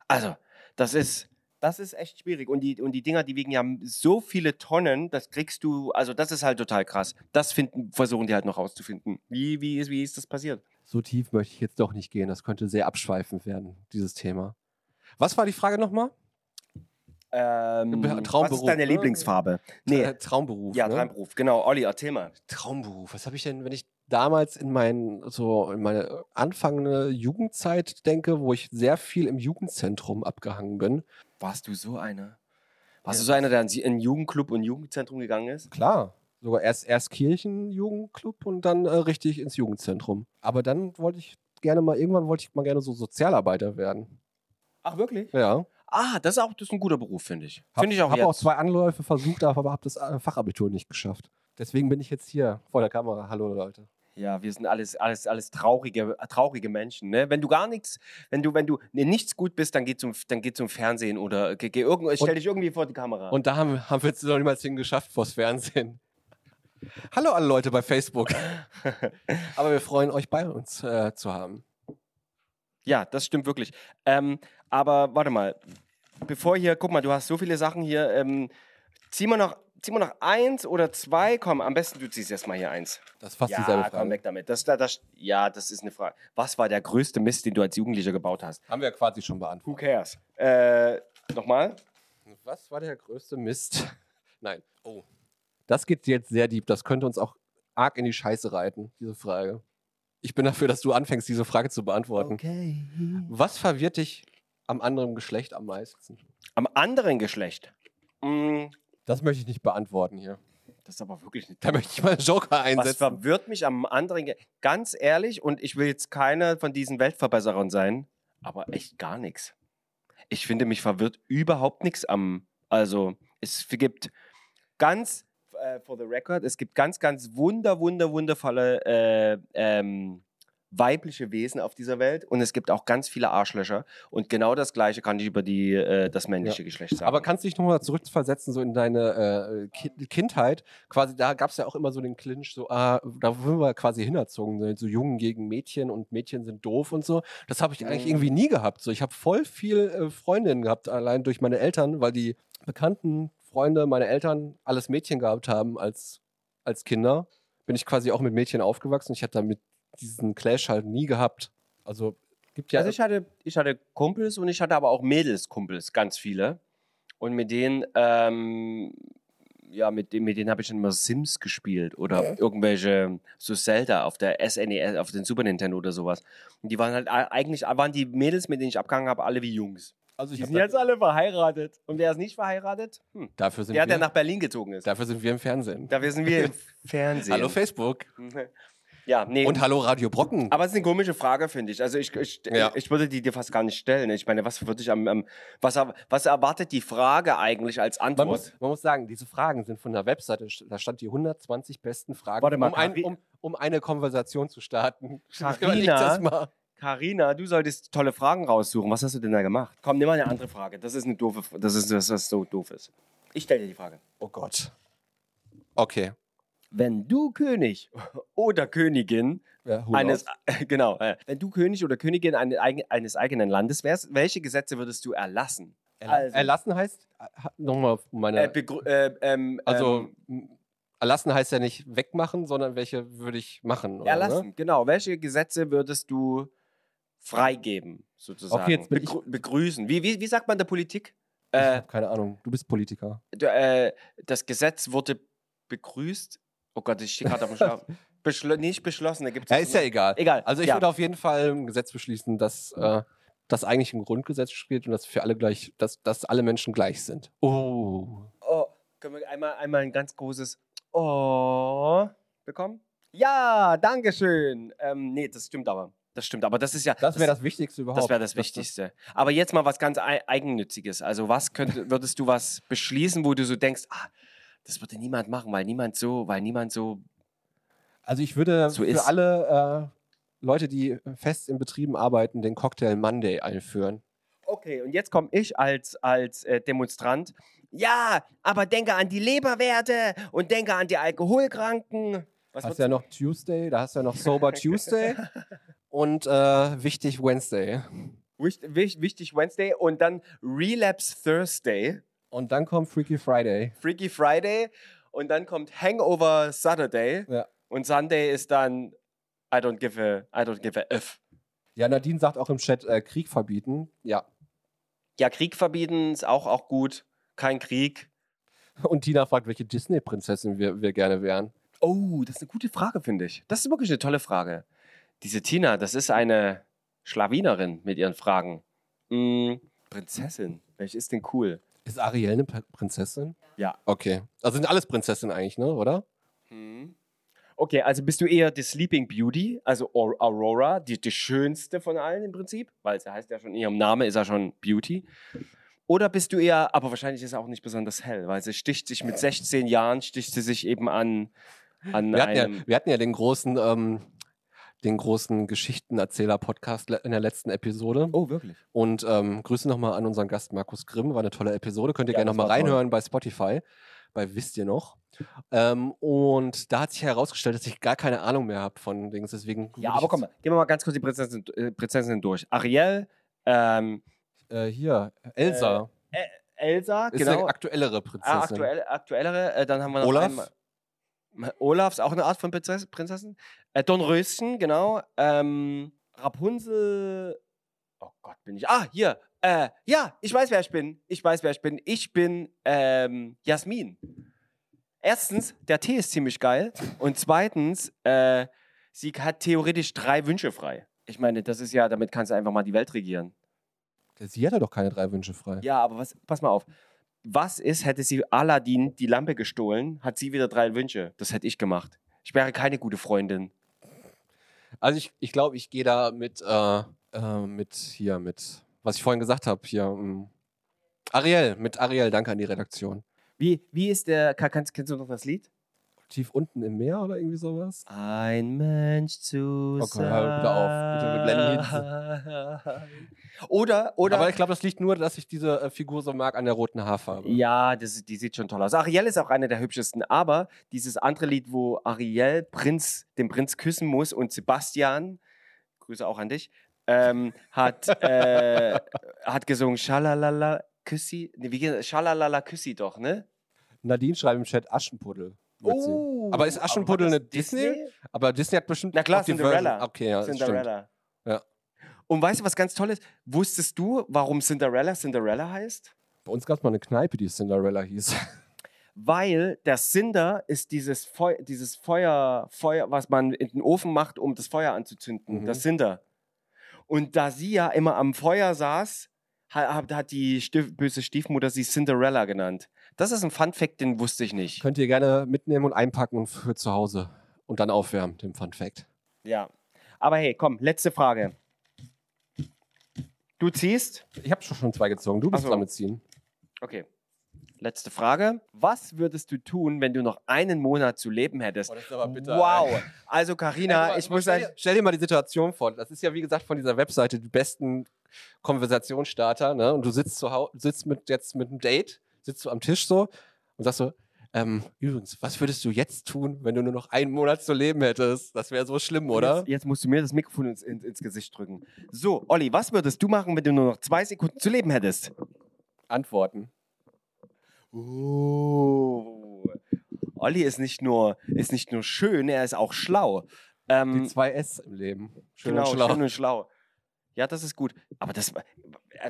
Also, das ist, das ist echt schwierig. Und die, und die Dinger, die wiegen ja so viele Tonnen, das kriegst du, also das ist halt total krass. Das finden, versuchen die halt noch rauszufinden. Wie, wie, ist, wie ist das passiert? So tief möchte ich jetzt doch nicht gehen. Das könnte sehr abschweifend werden, dieses Thema. Was war die Frage nochmal? Ähm, Be- Traumberuf, was ist deine ne? Lieblingsfarbe? Nee, Äh, Traumberuf. ja, ne? Traumberuf, genau. Olli, erzähl mal. Traumberuf. Was habe ich denn, wenn ich damals in meinen so in meine anfangende Jugendzeit denke, wo ich sehr viel im Jugendzentrum abgehangen bin? Warst du so einer? Warst du so einer, der in einen Jugendclub und Jugendzentrum gegangen ist? Klar. Sogar erst, erst Kirchenjugendclub und dann äh, richtig ins Jugendzentrum. Aber dann wollte ich gerne mal, irgendwann wollte ich mal gerne so Sozialarbeiter werden. Ach, wirklich? Ja. Ah, das ist auch das ist ein guter Beruf, finde ich. Hab- Finde ich auch, Hab jetzt. auch zwei Anläufe versucht, aber habe das äh, Fachabitur nicht geschafft. Deswegen bin ich jetzt hier vor der Kamera. Hallo Leute. Ja, wir sind alles, alles, alles traurige, traurige Menschen. Ne? Wenn du gar nichts, wenn du, wenn du in nichts gut bist, dann geh zum, dann geh zum Fernsehen oder geh, geh irgendwo, stell Und- dich irgendwie vor die Kamera. Und da haben, haben wir es noch niemals hingeschafft vors Fernsehen. Hallo alle Leute bei Facebook. Aber wir freuen euch bei uns äh, zu haben. ja, das stimmt wirklich. Ähm, aber warte mal, bevor hier, guck mal, du hast so viele Sachen hier. Ähm, zieh mal noch, zieh mal noch eins oder zwei. Komm, am besten du ziehst erstmal hier eins. Das ist fast ja, dieselbe Frage. komm weg damit. Das, das, das, ja, das ist eine Frage. Was war der größte Mist, den du als Jugendlicher gebaut hast? Haben wir quasi schon Who beantwortet. cares? Äh, nochmal? Was war der größte Mist? Nein. Oh. Das geht jetzt sehr deep. Das könnte uns auch arg in die Scheiße reiten, diese Frage. Ich bin dafür, dass du anfängst, diese Frage zu beantworten. Okay. Was verwirrt dich am anderen Geschlecht am meisten? Am anderen Geschlecht. Mm, Das möchte ich nicht beantworten hier. das ist aber wirklich nicht. Da möchte ich mal einen Joker Was einsetzen. verwirrt mich am anderen? Ge Ganz ehrlich, und ich will jetzt keiner von diesen Weltverbesserern sein, aber echt gar nichts. Ich finde, mich verwirrt überhaupt nichts am. Also, es gibt ganz, äh, for the record, es gibt ganz, ganz wunder, wunder, wundervolle äh, ähm, weibliche Wesen auf dieser Welt und es gibt auch ganz viele Arschlöcher. Und genau das Gleiche kann ich über die, äh, das männliche Geschlecht sagen. Aber kannst du dich nochmal zurückversetzen, so in deine äh, Ki Kindheit? Quasi, da gab es ja auch immer so den Clinch, so, ah, da wurden wir quasi hinerzogen, so Jungen gegen Mädchen und Mädchen sind doof und so. Das habe ich eigentlich Mhm. irgendwie nie gehabt. So, ich habe voll viel äh, Freundinnen gehabt, allein durch meine Eltern, weil die bekannten Freunde meiner Eltern alles Mädchen gehabt haben als, als Kinder. Bin ich quasi auch mit Mädchen aufgewachsen. Ich habe damit diesen Clash halt nie gehabt. Also gibt ja also ich hatte, ich hatte Kumpels und ich hatte aber auch Mädelskumpels, ganz viele. Und mit denen, ähm, ja, mit, denen- mit denen habe ich dann immer Sims gespielt oder irgendwelche so Zelda auf der SNES, auf den Super Nintendo oder sowas. Und die waren halt a- eigentlich, waren die Mädels, mit denen ich abgehangen habe, alle wie Jungs. also ich Die hab sind da- jetzt alle verheiratet. Und wer ist nicht verheiratet? Hm. dafür sind Der, der wir, nach Berlin gezogen ist. dafür sind wir im Fernsehen. Da sind wir im Fernsehen. Hallo Facebook. ja, nee. Und hallo Radio Brocken. Aber es ist eine komische Frage, finde ich. Also ich, ich, Ja. ich würde die dir fast gar nicht stellen. Ich meine, was würde ich am, am was, er- was erwartet die Frage eigentlich als man, Antwort? muss, man muss sagen, diese Fragen sind von der Webseite, da stand die 120 besten Fragen, Warte mal, um, ein, Kari- um, um eine Konversation zu starten. Karina? Überleg das mal. Karina, du solltest tolle Fragen raussuchen. Was hast du denn da gemacht? Komm, nimm mal eine andere Frage. Das ist eine doofe, F- das ist das, was so doof ist. Ich stelle dir die Frage. Oh Gott. Okay. Wenn du König oder Königin Ja, who eines knows? genau, äh, wenn du König oder Königin eine, eigen- eines eigenen Landes wärst, welche Gesetze würdest du erlassen? also- Erlassen heißt, äh, nochmal meine. Äh, begrü- äh, ähm, ähm, also, m- erlassen heißt ja nicht wegmachen, sondern welche würde ich machen. Oder, ne? erlassen, genau. Welche Gesetze würdest du freigeben, sozusagen. Okay, jetzt bin ich- Begrü begrüßen. Wie, wie, wie sagt man der Politik? Ich Äh, hab keine Ahnung, du bist Politiker. d- äh, das Gesetz wurde begrüßt. Oh Gott, ich stehe gerade auf dem Schlauch. Beschl nicht beschlossen, da gibt es. Ja, ist ja egal. Egal. Also ich ja. würde auf jeden Fall ein Gesetz beschließen, dass äh, das eigentlich im Grundgesetz steht und dass für alle gleich, dass, dass alle Menschen gleich sind. Oh. Oh, können wir einmal, einmal ein ganz großes Oh bekommen? Ja, danke schön. Ähm, nee, das stimmt aber. Das stimmt, aber das ist ja. Das wäre das Wichtigste überhaupt. ne? Das wäre das Wichtigste. Aber jetzt mal was ganz ei- Eigennütziges. Also, was könnte, würdest du was beschließen, wo du so denkst, ah, das würde niemand machen, weil niemand so, weil niemand so. Also ich würde So für ist- alle äh, Leute, die fest in Betrieben arbeiten, den Cocktail Monday einführen. Okay, und jetzt komme ich als, als äh, Demonstrant. Ja, aber denke an die Leberwerte und denke an die Alkoholkranken. Was hast würdest- ja noch Tuesday, da hast du ja noch Sober Tuesday und äh, wichtig Wednesday. Wicht- wich- Wichtig Wednesday und dann Relapse Thursday, Und dann kommt Freaky Friday. Freaky Friday und dann kommt Hangover Saturday Ja. und Sunday ist dann I don't give a I don't give a F. Ja, Nadine sagt auch im Chat äh, Krieg verbieten. Ja. Ja, Krieg verbieten ist auch, auch gut. Kein Krieg. Und Tina fragt, welche Disney-Prinzessin wir, wir gerne wären. Oh, das ist eine gute Frage, finde ich. Das ist wirklich eine tolle Frage. Diese Tina, das ist eine Schlawinerin mit ihren Fragen. Mm, Prinzessin, welche ist denn cool? Ist Ariel eine Pr- Prinzessin? Ja. Okay. Also sind alles Prinzessinnen eigentlich, ne? Oder? Hm. Okay, also bist du eher die Sleeping Beauty, also Au- Aurora, die, die schönste von allen im Prinzip, weil sie heißt ja schon, in ihrem Name ist ja schon Beauty. Oder bist du eher, aber wahrscheinlich ist sie auch nicht besonders hell, weil sie sticht sich mit 16 Jahren, sticht sie sich eben an, an Wir hatten, einem... ja, wir hatten ja den großen, ähm, den großen Geschichtenerzähler-Podcast le- in der letzten Episode. Oh, wirklich? Und ähm, Grüße nochmal an unseren Gast Markus Grimm. War eine tolle Episode. Könnt ihr Ja, gerne das nochmal war toll. reinhören bei Spotify. Bei Wisst ihr noch? Ähm, und da hat sich herausgestellt, dass ich gar keine Ahnung mehr habe von Dings. Deswegen. Ja, würd ich aber komm mal, gehen wir mal ganz kurz die Prinzessin, äh, Prinzessin durch. Ariel, ähm, jetzt- Äh, hier, Elsa. Elsa, ist Äh, genau. eine aktuellere äh, Prinzessin. aktuell, aktuellere, äh, dann haben wir noch Olaf? einmal- Ma- Olaf ist auch eine Art von Prinzess Prinzessin. Äh, Dornröschen, genau. Ähm, Rapunzel. Oh Gott, bin ich. Ah, hier. Äh, ja, ich weiß, wer ich bin. Ich weiß, wer ich bin. Ich bin ähm, Jasmin. Erstens, der Tee ist ziemlich geil. Und zweitens, äh, sie hat theoretisch drei Wünsche frei. Ich meine, das ist ja, damit kannst du einfach mal die Welt regieren. Sie hatte doch keine drei Wünsche frei. Ja, aber was, pass mal auf. Was ist, hätte sie Aladdin die Lampe gestohlen, hat sie wieder drei Wünsche. Das hätte ich gemacht. Ich wäre keine gute Freundin. Also ich glaube, ich, glaub, ich gehe da mit, äh, äh, mit hier, mit, was ich vorhin gesagt habe, hier. ähm, Ariel, mit Ariel, danke an die Redaktion. Wie, wie ist der, ka- kannst, kennst du noch das Lied? Tief unten im Meer oder irgendwie sowas? Ein Mensch zu Okay, hör bitte auf. Bitte, wir blenden Oder, oder. Aber ich glaube, das liegt nur, dass ich diese äh, Figur so mag an der roten Haarfarbe. ja, das, ist- die sieht schon toll aus. Ariel ist auch eine der hübschesten, aber dieses andere Lied, wo Ariel Prinz, den Prinz küssen muss und Sebastian, Grüße auch an dich, ähm, hat, äh, hat gesungen Schalalala Küssi, nee, wie geht Schalalala Küssi doch, ne? Nadine schreibt im Chat Aschenputtel. wird sie. Aber ist Aschenputtel war Oh, das eine Disney? Aber Disney hat bestimmt. Na klar, auch die Cinderella. Version- Okay, ja, das stimmt. Cinderella. Ja. Und weißt du, was ganz toll ist? Wusstest du, warum Cinderella Cinderella heißt? Bei uns gab es mal eine Kneipe, die Cinderella hieß. Weil der Cinder ist dieses, Feu dieses Feuer, Feuer, was man in den Ofen macht, um das Feuer anzuzünden. Mhm. Das Cinder. Und da sie ja immer am Feuer saß, ha- hat, hat die Stif böse Stiefmutter sie Cinderella genannt. Das ist ein Fun-Fact, den wusste ich nicht. Könnt ihr gerne mitnehmen und einpacken und für zu Hause. Und dann aufwärmen, dem Fun Fact. Ja. Aber hey, komm, letzte Frage. Du ziehst. Ich habe schon zwei gezogen. Du bist Ach so. dran mit ziehen. Okay. Letzte Frage. Was würdest du tun, wenn du noch einen Monat zu leben hättest? Oh, das ist aber wow. Also, Karina, ich muss stell, sagen, dir, stell dir mal die Situation vor. Das ist ja, wie gesagt, von dieser Webseite die besten Konversationsstarter. Ne? Und du sitzt, zu Hau- sitzt mit, jetzt mit einem Date, sitzt du am Tisch so und sagst so, ähm, übrigens, was würdest du jetzt tun, wenn du nur noch einen Monat zu leben hättest? Das wäre so schlimm, oder? Jetzt, jetzt musst du mir das Mikrofon ins, ins, ins Gesicht drücken. So, Olli, was würdest du machen, wenn du nur noch zwei Sekunden zu leben hättest? Antworten. Oh. Olli ist nicht nur, ist nicht nur schön, er ist auch schlau. Die Ähm, zwei S im Leben. Mhm. Schön genau, und schlau. schön und schlau. Ja, das ist gut. Aber das, war-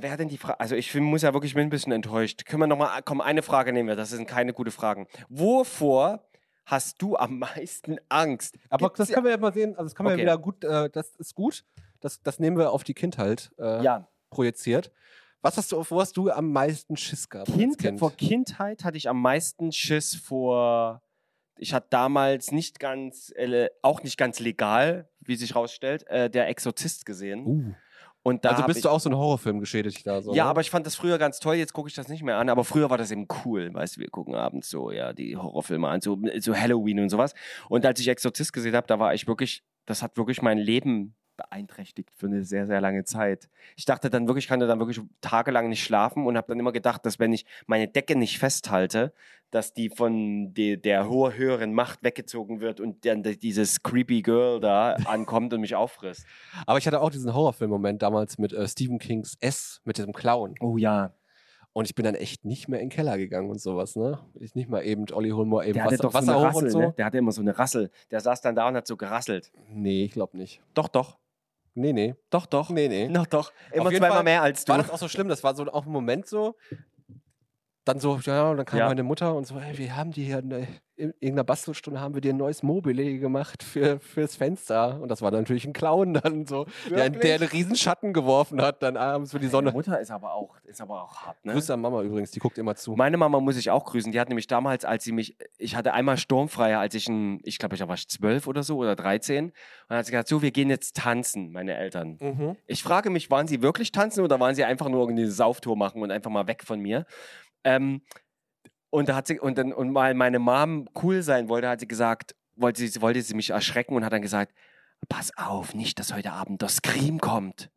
wer hat denn die Frage? Also ich find- muss ja wirklich bin ein bisschen enttäuscht. Können wir nochmal, komm, eine Frage nehmen wir. Das sind keine gute Fragen. Wovor hast du am meisten Angst? Aber Gibt's das können wir ja mal sehen. Also das kann man Okay. ja wieder gut, äh, das ist gut. Das, das nehmen wir auf die Kindheit äh, ja, projiziert. Was hast du, wo hast du am meisten Schiss gehabt? als kind, kind? Vor Kindheit hatte ich am meisten Schiss vor. Ich hatte damals nicht ganz, äh, auch nicht ganz legal, wie sich rausstellt, äh, der Exorzist gesehen. Uh. Und da Also hab bist ich, du auch so ein Horrorfilm geschädigt da so. Ja, ne? aber ich fand das früher ganz toll. Jetzt gucke ich das nicht mehr an. Aber früher war das eben cool, weißt du. Wir gucken abends so ja die Horrorfilme an, so, so Halloween und sowas. Und als ich Exorzist gesehen habe, da war ich wirklich, das hat wirklich mein Leben beeinträchtigt für eine sehr sehr lange Zeit. Ich dachte dann wirklich, ich konnte dann wirklich tagelang nicht schlafen und habe dann immer gedacht, dass wenn ich meine Decke nicht festhalte, dass die von de, der hohe, höheren Macht weggezogen wird und dann dieses creepy Girl da ankommt und mich auffrisst. aber ich hatte auch diesen Horrorfilm-Moment damals mit äh, Stephen Kings S mit diesem Clown. Oh ja, Und ich bin dann echt nicht mehr in den Keller gegangen und sowas, ne? Ich nicht mal eben Olli hol mal eben Der hatte Wasser, doch so Wasser eine hoch Rassel, und so. ne? Der hatte immer so eine Rassel. Der saß dann da und hat so gerasselt. Nee, ich glaube nicht. Doch, doch. Nee, nee. Doch, doch. Nee, nee. Noch doch. Immer Hm? Auf jeden zweimal Fall mehr als du. War das auch so schlimm? Das war so auch ein Moment so. Dann so, ja, und dann kam Ja. meine Mutter und so, hey, wir haben dir hier ne- in irgendeiner Bastelstunde haben wir dir ein neues Mobile gemacht für, fürs Fenster. Und das war natürlich ein Clown dann so, der, der einen riesen Schatten geworfen hat, dann abends für die Meine Sonne. Mutter ist aber auch, ist aber auch hart, ne? Grüße an Mama übrigens, die guckt immer zu. Meine Mama muss ich auch grüßen. Die hat nämlich damals, als sie mich, ich hatte einmal Sturmfreier, als ich ein, ich glaube, ich war zwölf oder so oder 13. Und dann hat sie gesagt, so, wir gehen jetzt tanzen, meine Eltern. Mhm. Ich frage mich, waren sie wirklich tanzen oder waren sie einfach nur irgendwie eine Sauftour machen und einfach mal weg von mir? Ähm, und da hat sie, und dann, und weil meine Mom cool sein wollte, hat sie gesagt, wollte sie, wollte sie mich erschrecken und hat dann gesagt, pass auf, nicht, dass heute Abend das Scream kommt.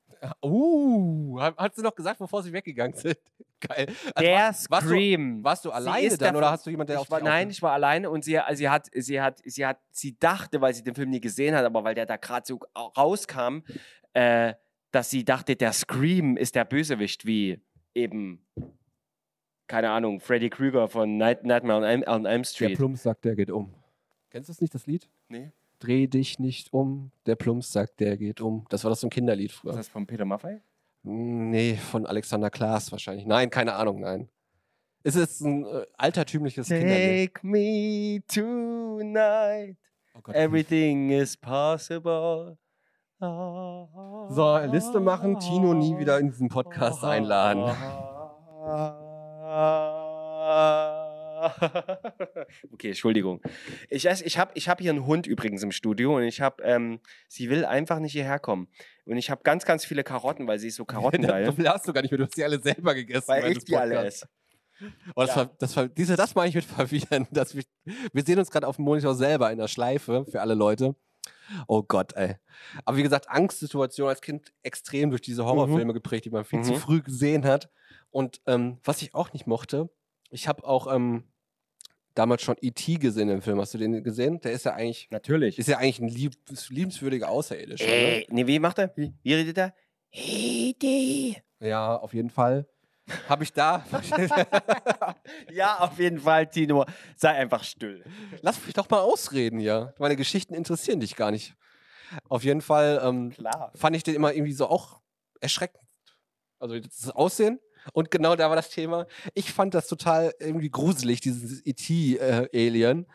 Uh, hat, hat sie noch gesagt, bevor sie weggegangen sind. Geil. Also der warst, warst, du, Scream. warst du alleine ist dann davon- oder hast du jemanden, der auf ich war, dich nein, aufpasst? ich war alleine und sie, also sie hat, sie hat, sie hat, sie dachte, weil sie den Film nie gesehen hat, aber weil der da gerade so rauskam, äh, dass sie dachte, der Scream ist der Bösewicht, wie eben, keine Ahnung, Freddy Krueger von Night, Nightmare on Elm, on Elm Der Street. Plumpsack, der geht um. Kennst du es nicht, das Lied? Nee. Dreh dich nicht um, der Plumpsack, der geht um. Das war das so ein Kinderlied früher. Ist das von Peter Maffay? nee, von Alexander Klaas wahrscheinlich. Nein, keine Ahnung, nein. Es ist ein äh, altertümliches Kinderlied. Take me tonight, Oh Gott, everything is possible. Ah, So, Liste machen, Tino nie wieder in diesen Podcast einladen. Okay, Entschuldigung. Ich, weiß, ich habe ich hab hier einen Hund übrigens im Studio und ich habe, ähm, sie will einfach nicht hierher kommen. Und ich habe ganz, ganz viele Karotten, weil sie ist so So karottengeil. viel hast du gar nicht mehr, du hast die alle selber gegessen. weil während ich des die alle Podcasts. esse. Oh, das, Ja. ver, das, ver, diese, das meine ich mit verwirren. Dass wir, wir sehen uns gerade auf dem Monitor selber in der Schleife für alle Leute. Oh Gott, ey. Aber wie gesagt, Angstsituation als Kind extrem durch diese Horrorfilme geprägt, die man viel zu Mhm. früh gesehen hat. Und ähm, was ich auch nicht mochte, ich habe auch ähm, damals schon E.T. gesehen im Film. Hast du den gesehen? Der ist ja eigentlich, Natürlich. ist ja eigentlich ein lieb, liebenswürdiger Außerirdischer. ne? Ey, Äh, nee, wie macht er? Wie, wie redet er? Hey, die. Ne? Ja, auf jeden Fall. Habe ich da. Ja, auf jeden Fall, Tino. Sei einfach still. Lass mich doch mal ausreden hier. Meine Geschichten interessieren dich gar nicht. Auf jeden Fall ähm, Klar. fand ich den immer irgendwie so auch erschreckend. Also das Aussehen. Und genau da war das Thema. Ich fand das total irgendwie gruselig, dieses E E.T.-Alien.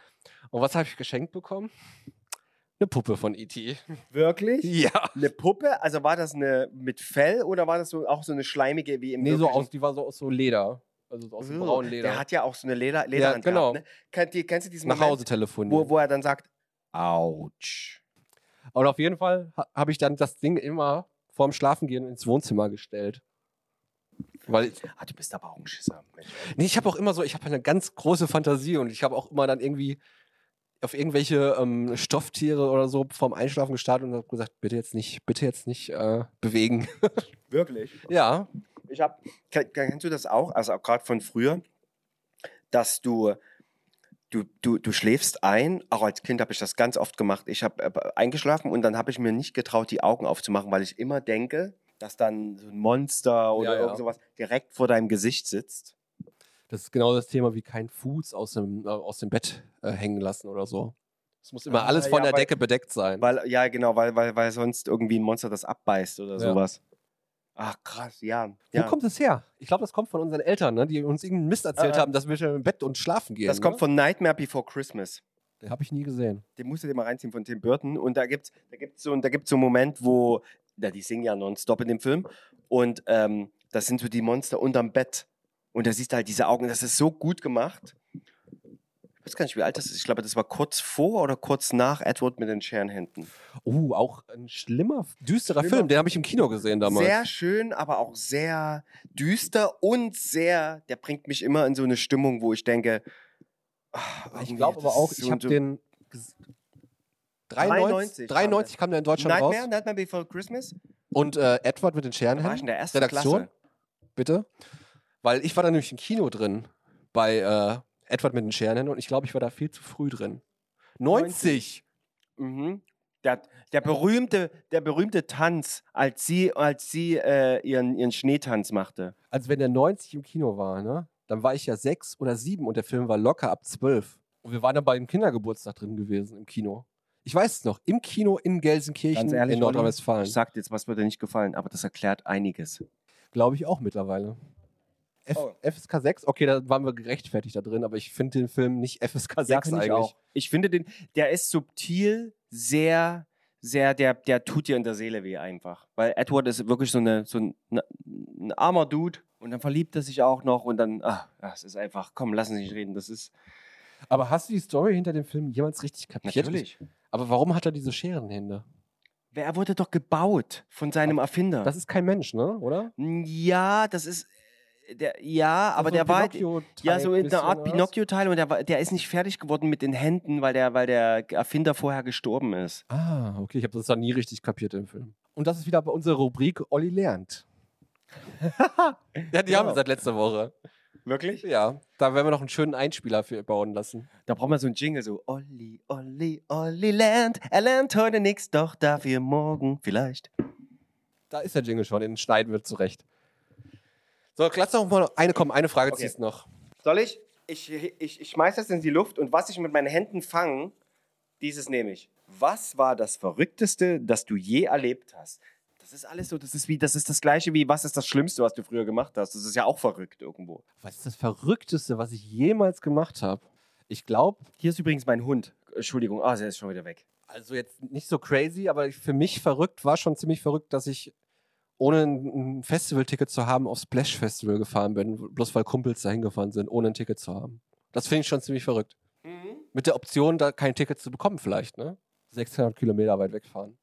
Und was habe ich geschenkt bekommen? Eine Puppe von E E.T. Wirklich? Ja. Eine Puppe? Also war das eine mit Fell oder war das so, auch so eine schleimige wie im Nee, so wirklichen- aus, die war so aus so Leder. Also so aus dem Oh, braunen Leder. Der hat ja auch so eine Leder Lederhand Ja, genau. gehabt, ne? Kennt ihr- Kennst du diesen Nach Hause Moment, telefoniert. wo, wo er dann sagt, ouch. Und auf jeden Fall ha habe ich dann das Ding immer vorm Schlafengehen ins Wohnzimmer gestellt. Weil Ah, du bist aber auch ein Schisser. Mensch. Nee, ich habe auch immer so, ich habe eine ganz große Fantasie und ich habe auch immer dann irgendwie auf irgendwelche ähm, Stofftiere oder so vorm Einschlafen gestartet und habe gesagt, bitte jetzt nicht, bitte jetzt nicht äh, bewegen. Wirklich? ja. Ich hab, kenn- kennst du das auch? Also auch gerade von früher, dass du, du, du, du schläfst ein. Auch als Kind habe ich das ganz oft gemacht. Ich habe äh, eingeschlafen und dann habe ich mir nicht getraut, die Augen aufzumachen, weil ich immer denke, dass dann so ein Monster oder ja. irgend sowas direkt vor deinem Gesicht sitzt. Das ist genau das Thema, wie kein Fuß aus dem, äh, aus dem Bett äh, hängen lassen oder so. Es muss immer Ah, alles von ja, der weil- Decke bedeckt sein. Weil, ja, genau, weil, weil, weil sonst irgendwie ein Monster das abbeißt oder Ja. sowas. Ach krass, ja. Wo ja. kommt es her? Ich glaube, das kommt von unseren Eltern, ne? die uns irgendeinen Mist erzählt Ah, ah. haben, dass wir schon im Bett und schlafen gehen. das kommt ne? von Nightmare Before Christmas. Den habe ich nie gesehen. Den musst du dir mal reinziehen von Tim Burton. Und da gibt es da gibt's so, da gibt's so einen Moment, wo, na, die singen ja nonstop in dem Film. Und ähm, das sind so die Monster unterm Bett. Und da siehst du halt diese Augen. Das ist so gut gemacht. Ich weiß gar nicht, wie alt das ist. Ich glaube, das war kurz vor oder kurz nach Edward mit den Scherenhänden. Oh, auch ein schlimmer, düsterer Schlimmer- Film. Den habe ich im Kino gesehen damals. Sehr schön, aber auch sehr düster und sehr, der bringt mich immer in so eine Stimmung, wo ich denke, ah, ich irgendwie, glaube aber das auch, ist ich so- habe so- den ges- 93 kam der. 93, 93 kam der in Deutschland Nightmare, raus. Nightmare Before Christmas. Und äh, Edward mit den Da war ich in Scherenhänden, der ersten Redaktion? Klasse. bitte. Weil ich war da nämlich im Kino drin bei äh, Edward mit den Scherenhänden und ich glaube, ich war da viel zu früh drin. 90! Mhm. Der, der, berühmte, der berühmte Tanz, als sie, als sie äh, ihren, ihren Schneetanz machte. Also wenn der 90 im Kino war, ne, dann war ich ja sechs oder sieben und der Film war locker ab zwölf. Und wir waren dann bei dem Kindergeburtstag drin gewesen im Kino. Ich weiß es noch, im Kino in Gelsenkirchen Ganz ehrlich, in Olli, Nordrhein-Westfalen. Ich sag dir jetzt, was würde nicht gefallen, aber das erklärt einiges. Glaube ich auch mittlerweile. F Oh. FSK 6, okay, da waren wir gerechtfertigt da drin, aber ich finde den Film nicht FSK 6 finde eigentlich. ich auch. Ich finde den, der ist subtil, sehr, sehr, der, der tut dir in der Seele weh einfach. Weil Edward ist wirklich so, eine, so ein, ein armer Dude und dann verliebt er sich auch noch und dann, ah, ah, es ist einfach, komm, lassen Sie nicht reden, das ist. Aber hast du die Story hinter dem Film jemals richtig kapiert? Aber warum hat er diese Scherenhände? Wer- Er wurde doch gebaut von seinem Erfinder. Das ist kein Mensch, ne? Oder? ja, das ist, äh, der, ja, aber So der ein war. halt- Pinocchio-Teig Ja, so in bisschen, ne? einer Art oder was? Pinocchio-Teil und der, war- der ist nicht fertig geworden mit den Händen, weil der, weil der Erfinder vorher gestorben ist. Ah, okay, ich habe das dann nie richtig kapiert im Film. Und das ist wieder bei unserer Rubrik Olli lernt. ja, die haben wir seit letzter Woche. Wirklich? Ja, da werden wir noch einen schönen Einspieler für bauen lassen. Da braucht man so einen Jingle, so Olli, Olli, Olli lernt, er lernt heute nichts, doch dafür morgen vielleicht. Da ist der Jingle schon, den schneiden wir zurecht. So, lass doch mal eine kommen, eine Frage Okay. ziehst noch. Soll ich? Ich, ich? ich schmeiß das in die Luft und was ich mit meinen Händen fange, dieses nehme ich. Was war das Verrückteste, das du je erlebt hast? Das ist alles so, das ist wie, das ist das gleiche wie, was ist das Schlimmste, was du früher gemacht hast? Das ist ja auch verrückt irgendwo. Was ist das Verrückteste, was ich jemals gemacht habe? Ich glaube, Hier ist übrigens mein Hund. Entschuldigung, ah, der ist schon wieder weg. also jetzt nicht so crazy, aber für mich verrückt war schon ziemlich verrückt, dass ich ohne ein ein Festivalticket zu haben aufs Splash Festival gefahren bin, bloß weil Kumpels dahin gefahren sind, ohne ein Ticket zu haben. Das finde ich schon ziemlich verrückt. Mhm. Mit der Option, da kein Ticket zu bekommen vielleicht, ne? 600 Kilometer weit wegfahren.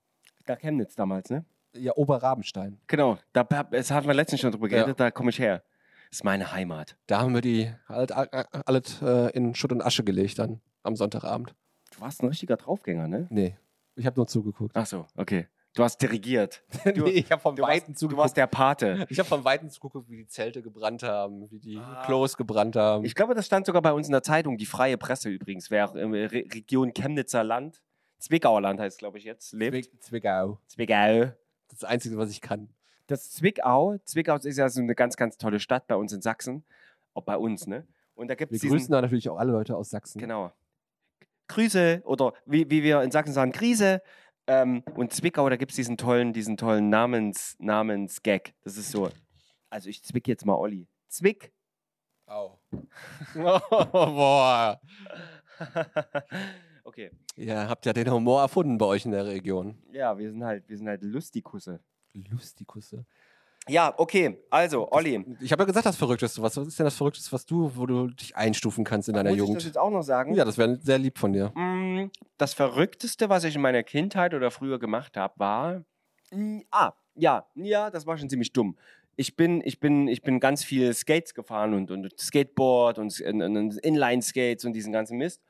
Da Chemnitz damals, ne? Ja, Oberrabenstein. Genau, da, das hatten wir letztens schon drüber Ja. geredet, da komme ich her. Das ist meine Heimat. Da haben wir die alles alles, äh, in Schutt und Asche gelegt dann am Sonntagabend. Du warst ein richtiger Draufgänger, ne? Nee, ich habe nur zugeguckt. Ach so, okay. Du hast dirigiert. Du- ich habe vom Du warst, du warst der Pate. Ich habe von Weitem zugeguckt, wie die Zelte gebrannt haben, wie die Ah. Klos gebrannt haben. Ich glaube, das stand sogar bei uns in der Zeitung, die Freie Presse übrigens, wer auch in der Re Region Chemnitzer Land, Zwickauer Land heißt es, glaube ich, jetzt, lebt. Zwick- Zwickau. Zwickau. Das ist das Einzige, was ich kann. Das Zwickau, Zwickau ist ja so eine ganz, ganz tolle Stadt bei uns in Sachsen. Auch bei uns, ne? Und da gibt Wir es grüßen diesen... da natürlich auch alle Leute aus Sachsen. Genau. Grüße oder wie, wie wir in Sachsen sagen, Krise. Ähm, und Zwickau, da gibt es diesen tollen, diesen tollen Namens, Namensgag. Das ist so. Also ich zwick jetzt mal Olli. Zwick. Au. Oh, boah. okay. Ihr habt ja den Humor erfunden bei euch in der Region. Ja, wir sind halt, wir sind halt Lustikusse. Lustikusse. Ja, okay. Also, Olli. Ich habe ja gesagt, das Verrückteste. Was, was ist denn das Verrückteste, was du, wo du dich einstufen kannst in deiner muss ich das Jugend? jetzt auch noch sagen? ja, das wäre sehr lieb von dir. Mm, Das Verrückteste, was ich in meiner Kindheit oder früher gemacht habe, war. Mm, Ah, ja, ja, das war schon ziemlich dumm. Ich bin, ich bin, ich bin ganz viel Skates gefahren und, und Skateboard und, und, und Inline-Skates und diesen ganzen Mist.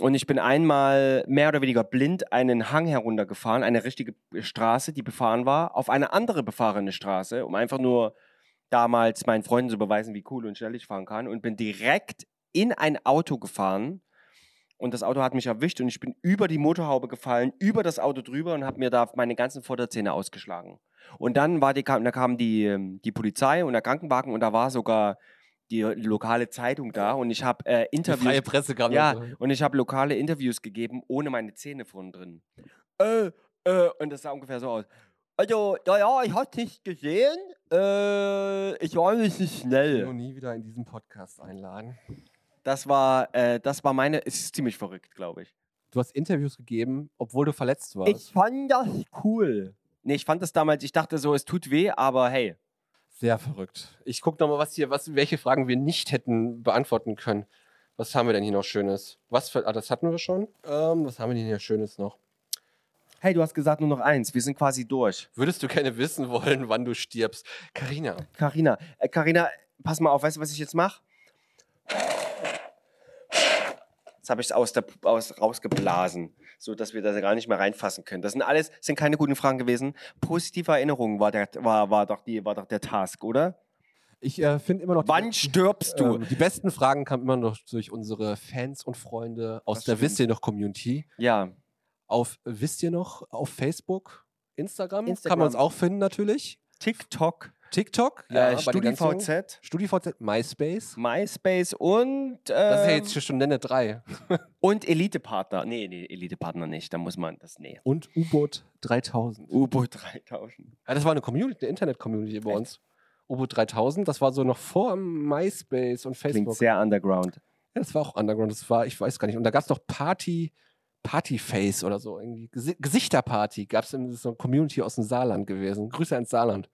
Und ich bin einmal mehr oder weniger blind einen Hang heruntergefahren, eine richtige Straße, die befahren war, auf eine andere befahrene Straße, um einfach nur damals meinen Freunden zu beweisen, wie cool und schnell ich fahren kann. Und bin direkt in ein Auto gefahren. Und das Auto hat mich erwischt und ich bin über die Motorhaube gefallen, über das Auto drüber und habe mir da meine ganzen Vorderzähne ausgeschlagen. Und dann war die, kam, da kam die, ähm, die Polizei und der Krankenwagen und da war sogar die lokale Zeitung da und ich habe äh, Die Interviews freie Presse kam ja, dann so. und ich habe lokale äh, Interviews gegeben, ohne meine Zähne vorn drin. Äh, äh, und das sah ungefähr so aus. Also, naja, ich hab's nicht gesehen. Äh, ich war ein bisschen Nur schnell. nie wieder in diesen Podcast einladen. Das war, äh, das war meine, es ist ziemlich verrückt, glaube ich. Du hast Interviews gegeben, obwohl du verletzt warst. Ich fand das cool. Nee, ich fand das damals, ich dachte so, es tut weh, aber hey, Sehr verrückt. Ich gucke nochmal, was hier, was, welche Fragen wir nicht hätten beantworten können. Was haben wir denn hier noch Schönes? Was für, ah, das hatten wir schon. Ähm, was haben wir denn hier Schönes noch? hey, du hast gesagt nur noch eins, wir sind quasi durch. Würdest du gerne wissen wollen, wann du stirbst? Karina, Carina, äh, Carina, pass mal auf, weißt du, was ich jetzt mache? Jetzt habe ich es aus der, aus, rausgeblasen, so dass wir da gar nicht mehr reinfassen können. Das sind alles, sind keine guten Fragen gewesen. Positive Erinnerungen war, der, war, war, doch, die, war doch der Task, oder? ich äh, finde immer noch. Wann die, stirbst du? Ähm, die besten Fragen kamen immer noch durch unsere Fans und Freunde aus Das der stimmt. Wisst ihr noch Community. Ja, Auf Wisst ihr noch? Auf Facebook, Instagram, kann Instagram. man uns auch finden natürlich. TikTok, TikTok, äh, bei den ganzen- StudiVZ, StudiVZ, MySpace. MySpace und, Das ist ja ähm, jetzt schon Nenne 3. und Elite-Partner. Nee, nee, Elite-Partner nicht, da muss man das, nee. Und U-Boot 3000. U-Boot 3000. Ja, das war eine Community, eine Internet-Community bei uns. U-Boot 3000, das war so noch vor MySpace und Klingt Facebook. sehr underground. ja, das war auch Underground, das war, ich weiß gar nicht. Und da gab es noch Party, Partyface oder so, irgendwie Gesi Gesichterparty. Gab es so eine Community aus dem Saarland gewesen. Grüße ans Saarland.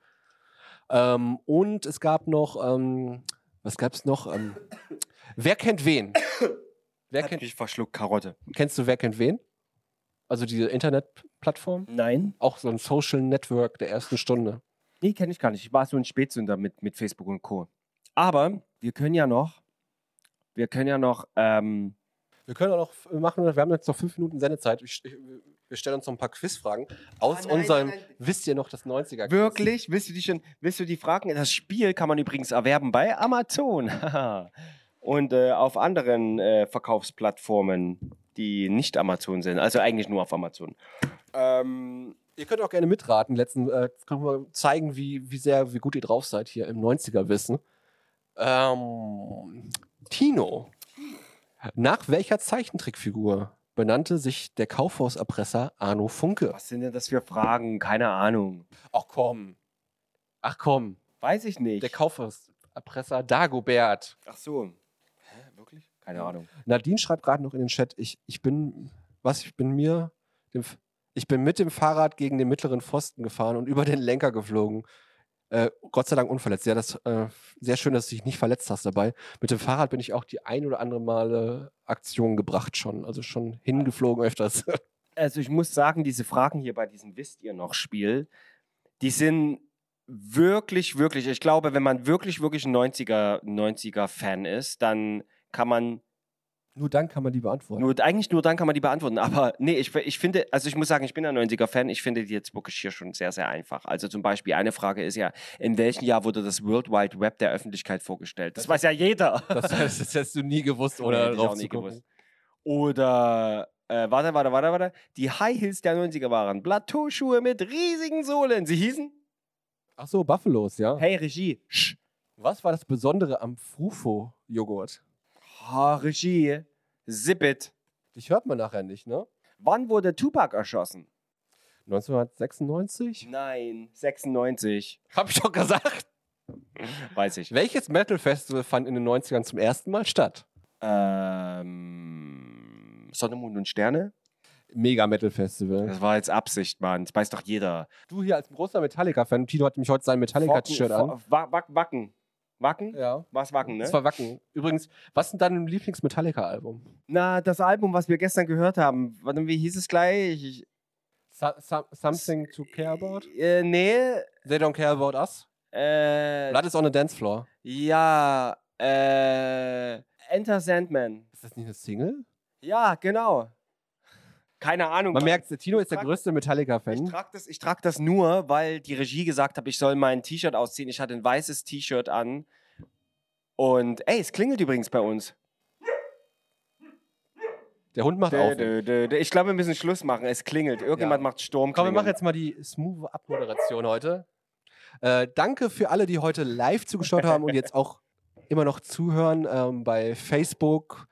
Ähm, und es gab noch, ähm, was gab es noch? Ähm, wer kennt wen? Wer Hat kennt, mich verschluckt, Karotte. kennst du Wer kennt wen? Also diese Internetplattform? Nein. Auch so ein Social Network der ersten Stunde. Nee, kenne ich gar nicht. Ich war so ein Spätsünder mit, mit Facebook und Co. Aber wir können ja noch, wir können ja noch, ähm, Wir können auch noch f- machen, wir haben jetzt noch fünf Minuten Sendezeit. Ich, ich, wir stellen uns noch ein paar Quizfragen aus Ah, nein, unserem, nein, nein. wisst ihr noch, das 90er-Quiz. wirklich, willst du die schon, willst du die Fragen, das Spiel kann man übrigens erwerben bei Amazon haha. und äh, auf anderen äh, Verkaufsplattformen, die nicht Amazon sind, also eigentlich nur auf Amazon. Ähm, Ihr könnt auch gerne mitraten. Letzten äh, können wir zeigen, wie, wie sehr, wie gut ihr drauf seid hier im 90er-Wissen. Ähm, Tino. Nach welcher Zeichentrickfigur benannte sich der Kaufhauserpresser Arno Funke? was sind denn das für Fragen? Keine Ahnung. Ach komm. Ach komm. Weiß ich nicht. Der Kaufhauserpresser Dagobert. Ach so. Hä, wirklich? Keine Ahnung. Nadine schreibt gerade noch in den Chat, ich, ich bin, was, ich bin mir, dem, F- ich bin mit dem Fahrrad gegen den mittleren Pfosten gefahren und über den Lenker geflogen. Äh, Gott sei Dank unverletzt. Ja, das, äh, sehr schön, dass du dich nicht verletzt hast dabei. Mit dem Fahrrad bin ich auch die ein oder andere Male Aktion gebracht schon. Also schon hingeflogen öfters. also ich muss sagen, diese Fragen hier bei diesem Wisst ihr noch Spiel, die sind wirklich, wirklich, ich glaube, wenn man wirklich, wirklich ein 90er, 90er Fan ist, dann kann man, Nur dann kann man die beantworten. nur, eigentlich nur dann kann man die beantworten, aber nee, ich, ich finde, also ich muss sagen, ich bin ein 90er Fan, ich finde die jetzt wirklich hier schon sehr, sehr einfach. Also zum Beispiel eine Frage ist ja, in welchem Jahr wurde das World Wide Web der Öffentlichkeit vorgestellt? Das, weiß ja jeder. das, das hättest du nie gewusst, Nee, oder? hätte ich drauf auch nie zu gucken. gewusst. Oder, äh, warte, warte, warte, warte. Die High Heels der 90er waren Plateauschuhe mit riesigen Sohlen. Sie hießen? Ach so, Buffalos, ja. Hey, Regie. Sch. Was war das Besondere am Frufo-Joghurt? Ha, Regie. Zip it. Dich hört man nachher nicht, ne? Wann wurde Tupac erschossen? 1996? Nein, 96. Hab ich doch gesagt. Weiß ich. Welches Metal Festival fand in den 90ern zum ersten Mal statt? Ähm, Sonne, Mond und Sterne? Mega Metal Festival. Das war jetzt Absicht, Mann. Das weiß doch jeder. Du hier als großer Metallica-Fan, Tino hat mich heute sein Metallica-T-Shirt Focken- an. Fo- Wa- Wack- Wacken. Wacken? Ja. War's Wacken, Das ne? war Wacken. Übrigens, was ist denn dein Lieblings-Metallica-Album? Na, das Album, was wir gestern gehört haben. Warte, wie hieß es gleich? Ich, something to care about? Äh, nee. They don't care about us? Äh, Blood is on the dance floor. ja. Äh, Enter Sandman. Ist das nicht eine Single? Ja, genau. Keine Ahnung. Man merkt, Tino ist der Fuck. größte ich Metallica-Fan. trage das, ich trag das nur, weil die Regie gesagt hat, ich soll mein T-Shirt ausziehen. Ich hatte ein weißes T-Shirt an. Und ey, es klingelt übrigens bei uns. Der Hund macht auf. Dö, dö, dö. Ich glaube, wir müssen Schluss machen. Es klingelt. Irgendjemand Ja. macht Sturm. Komm, wir machen klingeln. jetzt mal die smooth Abmoderation heute. Äh, danke für alle, die heute live zugeschaut haben und jetzt auch immer noch zuhören ähm, bei Facebook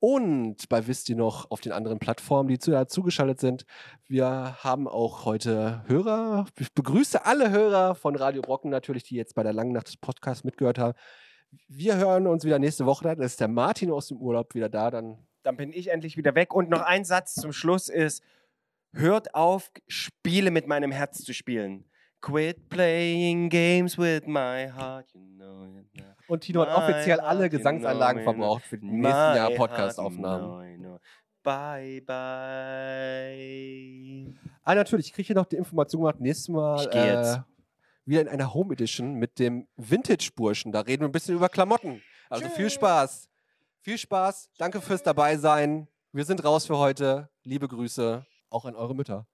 und bei Wisst ihr noch auf den anderen Plattformen, die zu, da zugeschaltet sind. Wir haben auch heute Hörer. Ich begrüße alle Hörer von Radio Brocken natürlich, die jetzt bei der langen Nacht des Podcasts mitgehört haben. Wir hören uns wieder nächste Woche. Dann ist der Martin aus dem Urlaub wieder da. Dann Dann bin ich endlich wieder weg. Und noch ein Satz zum Schluss ist: Hört auf, Spiele mit meinem Herz zu spielen. Quit playing games with my heart. You know it now. Und Tino hat offiziell alle Nein, Gesangsanlagen genau, verbraucht für die nächsten Jahre My Podcast-Aufnahmen. heart, you know it now. Bye, bye. Ah, natürlich, ich kriege hier noch die Information gemacht. Nächstes Mal Ich geh jetzt. Äh, wieder in einer Home Edition mit dem Vintage-Burschen. Da reden wir ein bisschen über Klamotten. Also viel Spaß. Viel Spaß. Danke fürs Dabeisein. Wir sind raus für heute. Liebe Grüße auch an eure Mütter.